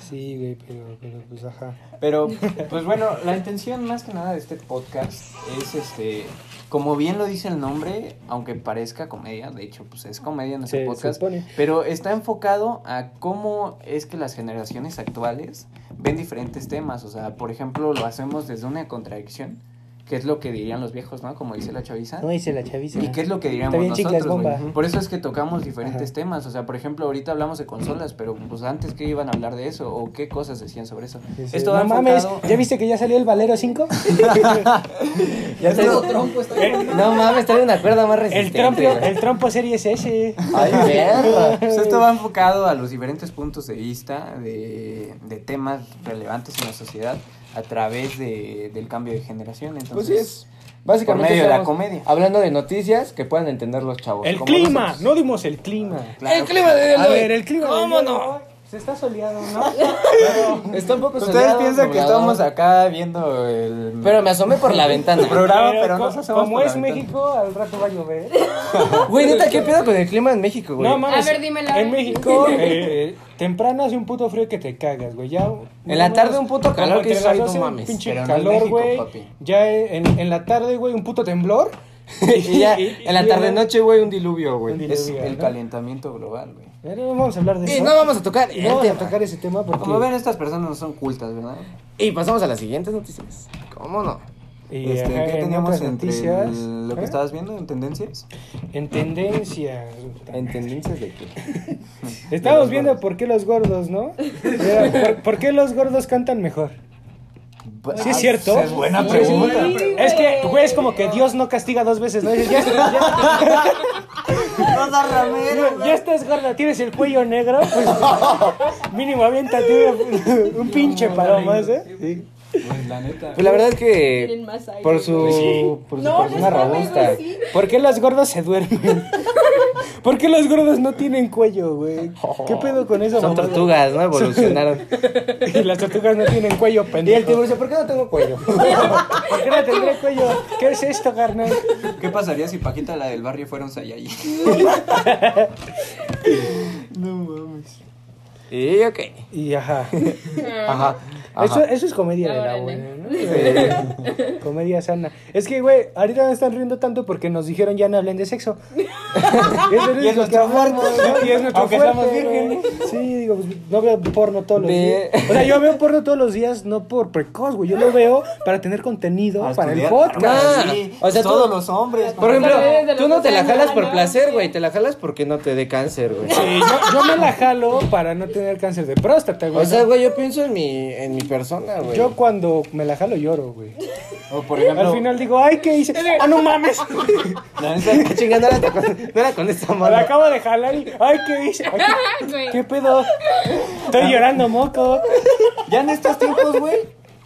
[SPEAKER 2] Sí, güey, pero, pero pues ajá.
[SPEAKER 3] Pero, pues bueno, la intención más que nada de este podcast es este. Como bien lo dice el nombre, aunque parezca comedia, de hecho, pues es comedia en este
[SPEAKER 2] Se- se
[SPEAKER 3] podcast,
[SPEAKER 2] supone.
[SPEAKER 3] pero está enfocado a cómo es que las generaciones actuales ven diferentes temas. O sea, por ejemplo, lo hacemos desde una contradicción, que es lo que dirían los viejos, ¿no? Como dice la chaviza.
[SPEAKER 2] No dice la chaviza.
[SPEAKER 3] ¿Y qué es lo que diríamos
[SPEAKER 2] Está bien,
[SPEAKER 3] nosotros?
[SPEAKER 2] chicles,
[SPEAKER 3] güey?
[SPEAKER 2] bomba.
[SPEAKER 3] Por eso es que tocamos diferentes
[SPEAKER 2] Ajá.
[SPEAKER 3] temas. O sea, por ejemplo, ahorita hablamos de consolas, pero pues antes que iban a hablar de eso o qué cosas decían sobre eso.
[SPEAKER 2] Dice,
[SPEAKER 3] Esto va
[SPEAKER 2] no mames,
[SPEAKER 3] enfocado-
[SPEAKER 2] ¿ya viste que ya salió el Valero 5?
[SPEAKER 1] Ya
[SPEAKER 5] Este
[SPEAKER 1] tengo-
[SPEAKER 5] trompo está
[SPEAKER 1] No mames, trae una cuerda más
[SPEAKER 2] el
[SPEAKER 1] resistente.
[SPEAKER 2] trompo,
[SPEAKER 1] güey.
[SPEAKER 2] el trompo series S.
[SPEAKER 1] Ay, perro.
[SPEAKER 3] Pues esto va enfocado a los diferentes puntos de vista de, de temas relevantes en la sociedad a través de, del cambio de generación.
[SPEAKER 1] Pues
[SPEAKER 3] Entonces,
[SPEAKER 1] sí, es. Básicamente
[SPEAKER 3] por medio de la
[SPEAKER 1] estamos
[SPEAKER 3] comedia.
[SPEAKER 1] Hablando de noticias que puedan entender los chavos.
[SPEAKER 2] El
[SPEAKER 1] como
[SPEAKER 2] clima,
[SPEAKER 1] nosotros.
[SPEAKER 2] no dimos el clima.
[SPEAKER 3] claro.
[SPEAKER 1] clima de
[SPEAKER 2] A ver, el clima.
[SPEAKER 1] ¿Cómo
[SPEAKER 2] del día de
[SPEAKER 1] no?
[SPEAKER 2] hoy, Se está soleado, ¿no?
[SPEAKER 1] Está un poco
[SPEAKER 3] Pues Ustedes
[SPEAKER 1] soleado,
[SPEAKER 3] piensan que
[SPEAKER 1] nublado.
[SPEAKER 3] estamos acá viendo el
[SPEAKER 1] Pero me asomé por la ventana.
[SPEAKER 3] programa, pero,
[SPEAKER 2] Pero
[SPEAKER 3] no
[SPEAKER 2] co-
[SPEAKER 3] nos asomamos
[SPEAKER 2] como
[SPEAKER 3] por la
[SPEAKER 2] es
[SPEAKER 3] ventana.
[SPEAKER 2] México, al rato va a llover.
[SPEAKER 1] Güey, neta, ¿qué pedo con el clima en México, güey?
[SPEAKER 2] No mames.
[SPEAKER 8] A ver, dímela, a
[SPEAKER 2] En
[SPEAKER 8] ver.
[SPEAKER 2] México, eh, temprano hace un puto frío que te cagas, güey. Ya.
[SPEAKER 1] En la tarde un puto calor que dices,
[SPEAKER 2] dices,
[SPEAKER 1] "Ay, no
[SPEAKER 2] Un
[SPEAKER 1] mames".
[SPEAKER 2] pinche
[SPEAKER 1] Pero no en
[SPEAKER 2] calor,
[SPEAKER 1] México,
[SPEAKER 2] güey.
[SPEAKER 1] papi.
[SPEAKER 2] Ya eh, en, en la tarde, güey, un puto temblor.
[SPEAKER 1] Y ya, en la
[SPEAKER 2] y-
[SPEAKER 1] tarde-noche, güey, un diluvio,
[SPEAKER 2] Un
[SPEAKER 1] güey.
[SPEAKER 2] diluvio.
[SPEAKER 3] Es
[SPEAKER 2] Diga,
[SPEAKER 3] el
[SPEAKER 2] ¿no?
[SPEAKER 3] calentamiento global, güey.
[SPEAKER 2] Ya No vamos a hablar de
[SPEAKER 1] Y
[SPEAKER 2] eso.
[SPEAKER 1] no vamos a tocar.
[SPEAKER 2] Eh, No vamos
[SPEAKER 1] el
[SPEAKER 2] a
[SPEAKER 1] tema.
[SPEAKER 2] tocar ese tema porque.
[SPEAKER 3] Como ven, estas personas no son cultas, ¿verdad?
[SPEAKER 1] Y pasamos a las siguientes noticias. ¿Cómo no?
[SPEAKER 2] Y,
[SPEAKER 3] Este,
[SPEAKER 2] ajá,
[SPEAKER 3] ¿Qué
[SPEAKER 2] en
[SPEAKER 3] teníamos
[SPEAKER 2] otras
[SPEAKER 3] en
[SPEAKER 2] noticias?
[SPEAKER 3] lo que
[SPEAKER 2] ¿eh?
[SPEAKER 3] estabas viendo en tendencias?
[SPEAKER 2] En tendencia.
[SPEAKER 1] En tendencias de qué.
[SPEAKER 2] Estábamos viendo por qué los gordos, ¿no? Era, ¿por, por qué los gordos cantan mejor? Pues
[SPEAKER 1] Ah,
[SPEAKER 2] Sí, es cierto.
[SPEAKER 3] Es buena
[SPEAKER 8] Sí,
[SPEAKER 3] pregunta.
[SPEAKER 8] güey.
[SPEAKER 2] Es que, güey, es como que Dios no castiga dos veces, ¿no? Dices, ya, ya,
[SPEAKER 12] Toda ramera.
[SPEAKER 2] Ya estás gorda, tienes el cuello negro, pues mínimo aviéntate un, un pinche paro más, ¿eh?
[SPEAKER 3] Pues la neta.
[SPEAKER 1] Pues la verdad es
[SPEAKER 8] Tienen
[SPEAKER 1] que
[SPEAKER 8] más aire.
[SPEAKER 1] por
[SPEAKER 2] Pues
[SPEAKER 1] su, por su
[SPEAKER 8] No,
[SPEAKER 1] persona
[SPEAKER 8] no es mame,
[SPEAKER 1] robusta.
[SPEAKER 8] güey, sí.
[SPEAKER 2] ¿Por qué las gordas se duermen? ¿Por qué las gordas no tienen cuello, güey? ¿Qué pedo con eso,
[SPEAKER 1] Son
[SPEAKER 2] mamá?
[SPEAKER 1] tortugas, ¿no? Evolucionaron.
[SPEAKER 2] Y las tortugas no tienen cuello,
[SPEAKER 1] Y el
[SPEAKER 2] pendejo.
[SPEAKER 1] tiburón dice, ¿por qué no tengo cuello?
[SPEAKER 2] ¿Por qué no tendré cuello? ¿Qué es esto, carnal?
[SPEAKER 3] ¿Qué pasaría si Paquita la del barrio fuera un Saiyajin?
[SPEAKER 1] Y ok.
[SPEAKER 2] Y ajá.
[SPEAKER 1] Ajá.
[SPEAKER 2] Eso,
[SPEAKER 1] ajá.
[SPEAKER 2] eso es comedia de la
[SPEAKER 8] Ahora,
[SPEAKER 2] buena, ¿no?
[SPEAKER 8] ¿no?
[SPEAKER 2] Eh, Comedia sana. Es que, güey, ahorita me están riendo tanto porque nos dijeron ya no hablen de sexo. es lo único que hablamos, ¿no? Y es nuestro
[SPEAKER 3] Aunque
[SPEAKER 2] fuerte,
[SPEAKER 3] estamos
[SPEAKER 2] güey. Sí, digo, pues, no veo porno todos los
[SPEAKER 1] Ve-
[SPEAKER 2] días. O sea, yo veo porno todos los días no por precoz, güey. Yo lo veo para tener contenido para el podcast.
[SPEAKER 1] Ah, o sea, tú-
[SPEAKER 3] todos los hombres.
[SPEAKER 1] Por ejemplo,
[SPEAKER 8] Tal vez de
[SPEAKER 1] tú no
[SPEAKER 8] los
[SPEAKER 1] te la
[SPEAKER 8] océanos,
[SPEAKER 1] jalas por
[SPEAKER 8] ¿no?
[SPEAKER 1] placer,
[SPEAKER 8] Sí.
[SPEAKER 1] güey. Te la jalas porque no te dé cáncer, güey.
[SPEAKER 2] Sí, yo, yo me la jalo para no tener cáncer de próstata, güey.
[SPEAKER 1] O sea, güey, yo pienso en mi, en mi persona, güey.
[SPEAKER 2] yo cuando me la jalo lloro, güey.
[SPEAKER 3] O por ejemplo,
[SPEAKER 2] Al final digo, ay, ¿qué hice? ¡Ah, no mames!
[SPEAKER 3] la neta,
[SPEAKER 1] Chinga, no era con, no era con esta
[SPEAKER 2] Me la
[SPEAKER 1] mano.
[SPEAKER 2] acabo de jalar y. ¡Ay, qué hice! Ay,
[SPEAKER 8] Ah,
[SPEAKER 2] qué, ¿Qué pedo?
[SPEAKER 1] Ah.
[SPEAKER 2] Estoy llorando, moco.
[SPEAKER 3] ya en estos tiempos, güey,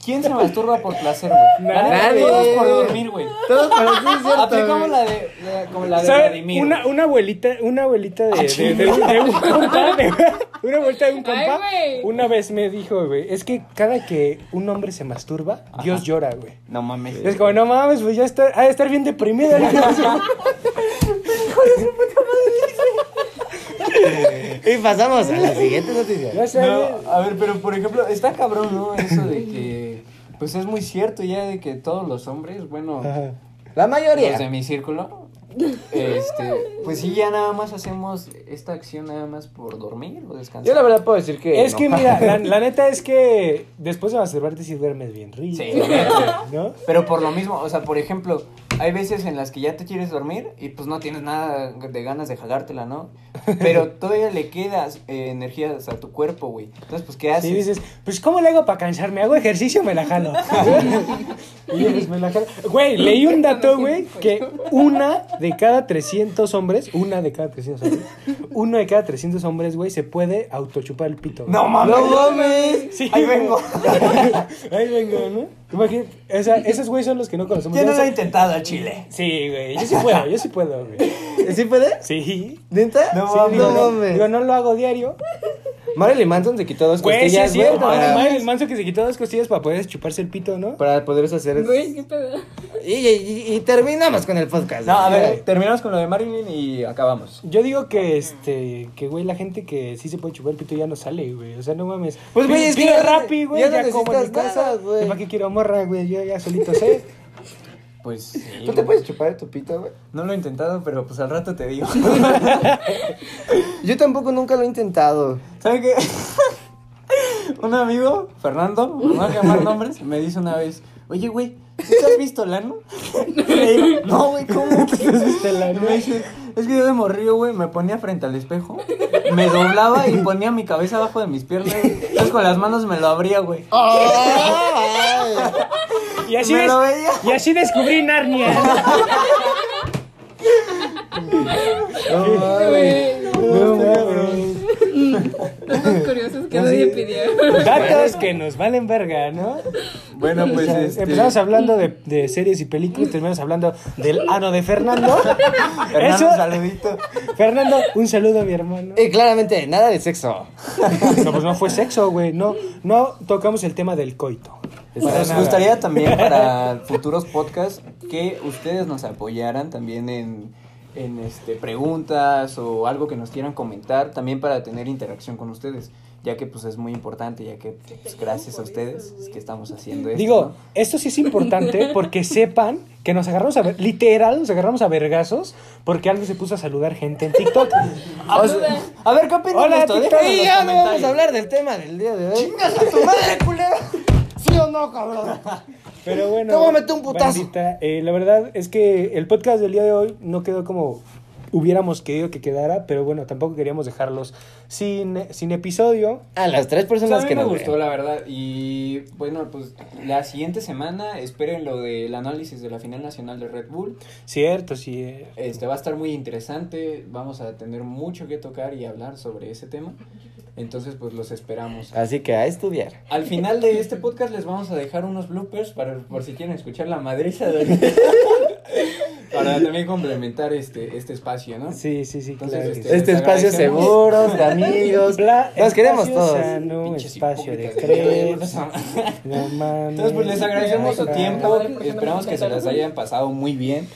[SPEAKER 3] ¿quién se masturba por placer, güey? La neta,
[SPEAKER 1] Nadie.
[SPEAKER 3] Todos por dormir, güey.
[SPEAKER 1] Todo para ti es cierto,
[SPEAKER 3] Aplicamos
[SPEAKER 1] güey.
[SPEAKER 3] la de, la- como la de
[SPEAKER 2] ¿Sabes?
[SPEAKER 3] Vladimir.
[SPEAKER 2] Una, una abuelita, una abuelita
[SPEAKER 1] Ah,
[SPEAKER 2] de, de, de un, de un compa, de- una abuelita de un compa,
[SPEAKER 8] Ay, güey.
[SPEAKER 2] una vez me dijo, güey, es que cada que un hombre se masturba, Dios llora, güey.
[SPEAKER 3] No mames.
[SPEAKER 2] Es como, no mames, pues ya está, ha de estar bien deprimida.
[SPEAKER 1] Y pasamos a la siguiente noticia.
[SPEAKER 2] No sé,
[SPEAKER 3] No, a ver, pero por ejemplo, está cabrón, ¿no? Eso de que, pues es muy cierto ya de que todos los hombres, bueno,
[SPEAKER 2] Ajá.
[SPEAKER 1] La
[SPEAKER 3] los de
[SPEAKER 1] mayoría.
[SPEAKER 3] mi círculo, este, pues sí, ya nada más hacemos esta acción nada más por dormir o descansar.
[SPEAKER 1] Yo la verdad puedo decir que.
[SPEAKER 2] Es que
[SPEAKER 1] no.
[SPEAKER 2] mira, la, la neta es que después de masturbarte sí duermes bien rico.
[SPEAKER 3] Sí.
[SPEAKER 2] ¿No?
[SPEAKER 3] Pero por lo mismo, o sea, por ejemplo, hay veces en las que ya te quieres dormir y pues no tienes nada de ganas de jalártela, ¿no? Pero todavía le quedas eh, energías a tu cuerpo, güey. Entonces, pues, ¿qué haces?
[SPEAKER 2] Y dices, pues ¿cómo le hago para cansarme? ¿Hago ejercicio o me la jalo? y yo, pues, me la jalo. Güey, leí un dato, güey,
[SPEAKER 3] pues.
[SPEAKER 2] que una de cada 300 hombres, una de cada 300 hombres, uno de cada 300 hombres, güey, se puede autochupar el pito. güey.
[SPEAKER 3] No mames.
[SPEAKER 1] No mames.
[SPEAKER 2] Sí,
[SPEAKER 3] Ahí
[SPEAKER 2] güey.
[SPEAKER 3] vengo.
[SPEAKER 2] Ahí vengo, ¿no? Imagínate, o sea, esos güey son los que no conocemos.
[SPEAKER 3] Yo no
[SPEAKER 2] O
[SPEAKER 3] lo
[SPEAKER 2] sea,
[SPEAKER 3] he intentado al chile.
[SPEAKER 2] Sí, güey, yo sí puedo, yo sí puedo, güey.
[SPEAKER 1] ¿Sí puede?
[SPEAKER 2] Sí.
[SPEAKER 1] ¿Neta?
[SPEAKER 3] No
[SPEAKER 2] Sí,
[SPEAKER 3] mames.
[SPEAKER 2] digo,
[SPEAKER 1] No
[SPEAKER 2] no,
[SPEAKER 1] mames.
[SPEAKER 2] digo, no lo hago diario.
[SPEAKER 1] Marilyn Manson se quitó dos
[SPEAKER 2] Güey, sí es
[SPEAKER 1] costillas, güey.
[SPEAKER 2] cierto.
[SPEAKER 1] para-
[SPEAKER 2] Madre, el manso que se quitó dos costillas para poder chuparse el pito, ¿no?
[SPEAKER 1] Para poder hacer eso.
[SPEAKER 8] Güey, qué pedo.
[SPEAKER 1] Y, y- y terminamos con el podcast.
[SPEAKER 3] No, a
[SPEAKER 1] güey.
[SPEAKER 3] ver, terminamos con lo de Marilyn y acabamos.
[SPEAKER 2] Yo digo que este, que güey, la gente que sí se puede chupar el pito ya no sale, güey. O sea, no mames.
[SPEAKER 1] Pues, güey,
[SPEAKER 2] Pide-
[SPEAKER 1] es que
[SPEAKER 2] pide
[SPEAKER 1] ya-
[SPEAKER 2] Rappi, güey,
[SPEAKER 1] ya
[SPEAKER 2] ya,
[SPEAKER 1] no
[SPEAKER 2] como en mi
[SPEAKER 1] necesitas
[SPEAKER 2] casa.
[SPEAKER 1] nada, güey.
[SPEAKER 2] ¿Y ¿Para qué quiero morra, güey? Yo ya solito sé.
[SPEAKER 3] Pues sí.
[SPEAKER 1] ¿Tú te puedes chupar tu pito, güey?
[SPEAKER 3] No lo he intentado, pero pues al rato te digo.
[SPEAKER 1] Yo tampoco nunca lo he intentado.
[SPEAKER 3] ¿Sabes qué? Un amigo, Fernando, por no llamar nombres, me dice una vez, oye, güey, ¿tú te has visto Lano? Y le digo, no, güey, ¿cómo? que has
[SPEAKER 2] Este,
[SPEAKER 3] visto Lano? Me dice, es que yo de morrillo, güey, me ponía frente al espejo, me doblaba y ponía mi cabeza abajo de mis piernas, güey. entonces con las manos me lo abría, güey.
[SPEAKER 2] Y así,
[SPEAKER 3] Me
[SPEAKER 2] des-
[SPEAKER 3] lo veía.
[SPEAKER 2] y así descubrí Narnia. No, mames.
[SPEAKER 8] Datos curiosos que nadie pidió.
[SPEAKER 2] Datos que nos valen verga, ¿no?
[SPEAKER 3] Bueno, pues, este,
[SPEAKER 2] Empezamos hablando de, de series y películas, terminamos hablando del ano de Fernando.
[SPEAKER 3] Fernando,
[SPEAKER 2] Eso-
[SPEAKER 3] saludito.
[SPEAKER 2] Fernando, un saludo a mi hermano.
[SPEAKER 1] Y claramente, nada de sexo.
[SPEAKER 2] No, pues no fue sexo, güey. No, no tocamos el tema del coito. Para
[SPEAKER 3] Nos
[SPEAKER 2] nada.
[SPEAKER 3] gustaría también para futuros podcasts que ustedes nos apoyaran también en, en, este, preguntas o algo que nos quieran comentar, también para tener interacción con ustedes, ya que pues es muy importante, ya que pues, gracias a ustedes es que estamos haciendo esto.
[SPEAKER 2] Digo, esto sí es importante porque sepan que nos agarramos a ver, literal, nos agarramos a vergazos porque alguien se puso a saludar gente en TikTok.
[SPEAKER 3] ¿no? O sea, a ver, ¿qué opinan
[SPEAKER 2] Hola,
[SPEAKER 3] de esto?
[SPEAKER 2] TikTok.
[SPEAKER 3] Déjanos en
[SPEAKER 1] Y
[SPEAKER 3] los
[SPEAKER 1] ya no vamos
[SPEAKER 3] comentarios.
[SPEAKER 1] a hablar del tema del día de hoy.
[SPEAKER 2] Pero bueno.
[SPEAKER 1] Te voy a meter un putazo.
[SPEAKER 2] bandita, eh, la verdad es que el podcast del día de hoy no quedó como hubiéramos querido que quedara, pero bueno, tampoco queríamos dejarlos sin, sin episodio.
[SPEAKER 4] A las tres
[SPEAKER 3] Pues a
[SPEAKER 4] personas
[SPEAKER 3] mí
[SPEAKER 4] que
[SPEAKER 3] me
[SPEAKER 4] nos
[SPEAKER 3] gustó,
[SPEAKER 4] vean.
[SPEAKER 3] la verdad. Y bueno, pues la siguiente semana esperen lo del análisis de la final nacional de Red Bull.
[SPEAKER 2] Cierto, sí. eh.
[SPEAKER 3] Este va a estar muy interesante. Vamos a tener mucho que tocar y hablar sobre ese tema. Entonces, pues los esperamos.
[SPEAKER 4] Así que a estudiar.
[SPEAKER 3] Al final de este podcast les vamos a dejar unos bloopers para por si quieren escuchar la madriza de para también complementar este este espacio, ¿no?
[SPEAKER 2] Sí, sí, sí,
[SPEAKER 3] Entonces,
[SPEAKER 2] claro que
[SPEAKER 3] este,
[SPEAKER 2] sí.
[SPEAKER 4] Este espacio
[SPEAKER 3] agradecemos.
[SPEAKER 4] seguro, de amigos.
[SPEAKER 2] Bla-
[SPEAKER 4] Nos queremos
[SPEAKER 2] espacio
[SPEAKER 4] todos.
[SPEAKER 2] sano,
[SPEAKER 3] Pinches
[SPEAKER 2] espacio de
[SPEAKER 3] hipócritas, ya
[SPEAKER 2] creer.
[SPEAKER 3] empezamos.
[SPEAKER 2] No mames.
[SPEAKER 3] Entonces, pues les agradecemos su
[SPEAKER 2] Ay,
[SPEAKER 3] tiempo. Esperamos que se las hayan pasado muy bien.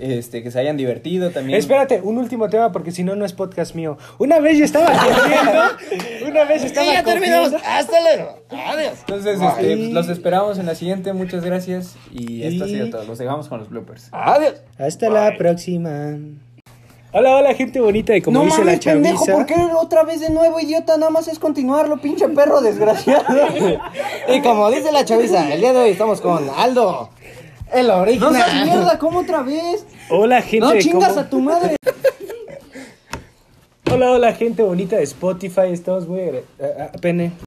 [SPEAKER 3] Este, que se hayan divertido también.
[SPEAKER 2] Espérate, un último tema porque si no, no es podcast mío. Una vez yo estaba comiendo. una vez estaba
[SPEAKER 4] ya terminamos.
[SPEAKER 2] comiendo.
[SPEAKER 4] Hasta luego. Adiós.
[SPEAKER 3] Entonces, este, pues, los esperamos en la siguiente. Muchas gracias. Y esto ha sido todo. Los dejamos con los bloopers.
[SPEAKER 4] Adiós.
[SPEAKER 2] Hasta la próxima. Hola, hola, gente bonita. Y como
[SPEAKER 4] No
[SPEAKER 2] dice la
[SPEAKER 4] mames,
[SPEAKER 2] chaviza.
[SPEAKER 4] pendejo, ¿por qué otra vez de nuevo, idiota? Nada más es continuarlo, pinche perro desgraciado. y como dice la chaviza, el día de hoy estamos con Aldo, el original. No seas mierda, ¿cómo otra vez?
[SPEAKER 2] Hola, gente.
[SPEAKER 4] No chingas
[SPEAKER 2] como-
[SPEAKER 4] a tu madre.
[SPEAKER 2] Hola, hola, gente bonita de Spotify. Estamos muy. agra- ah, ah, eh, Pene.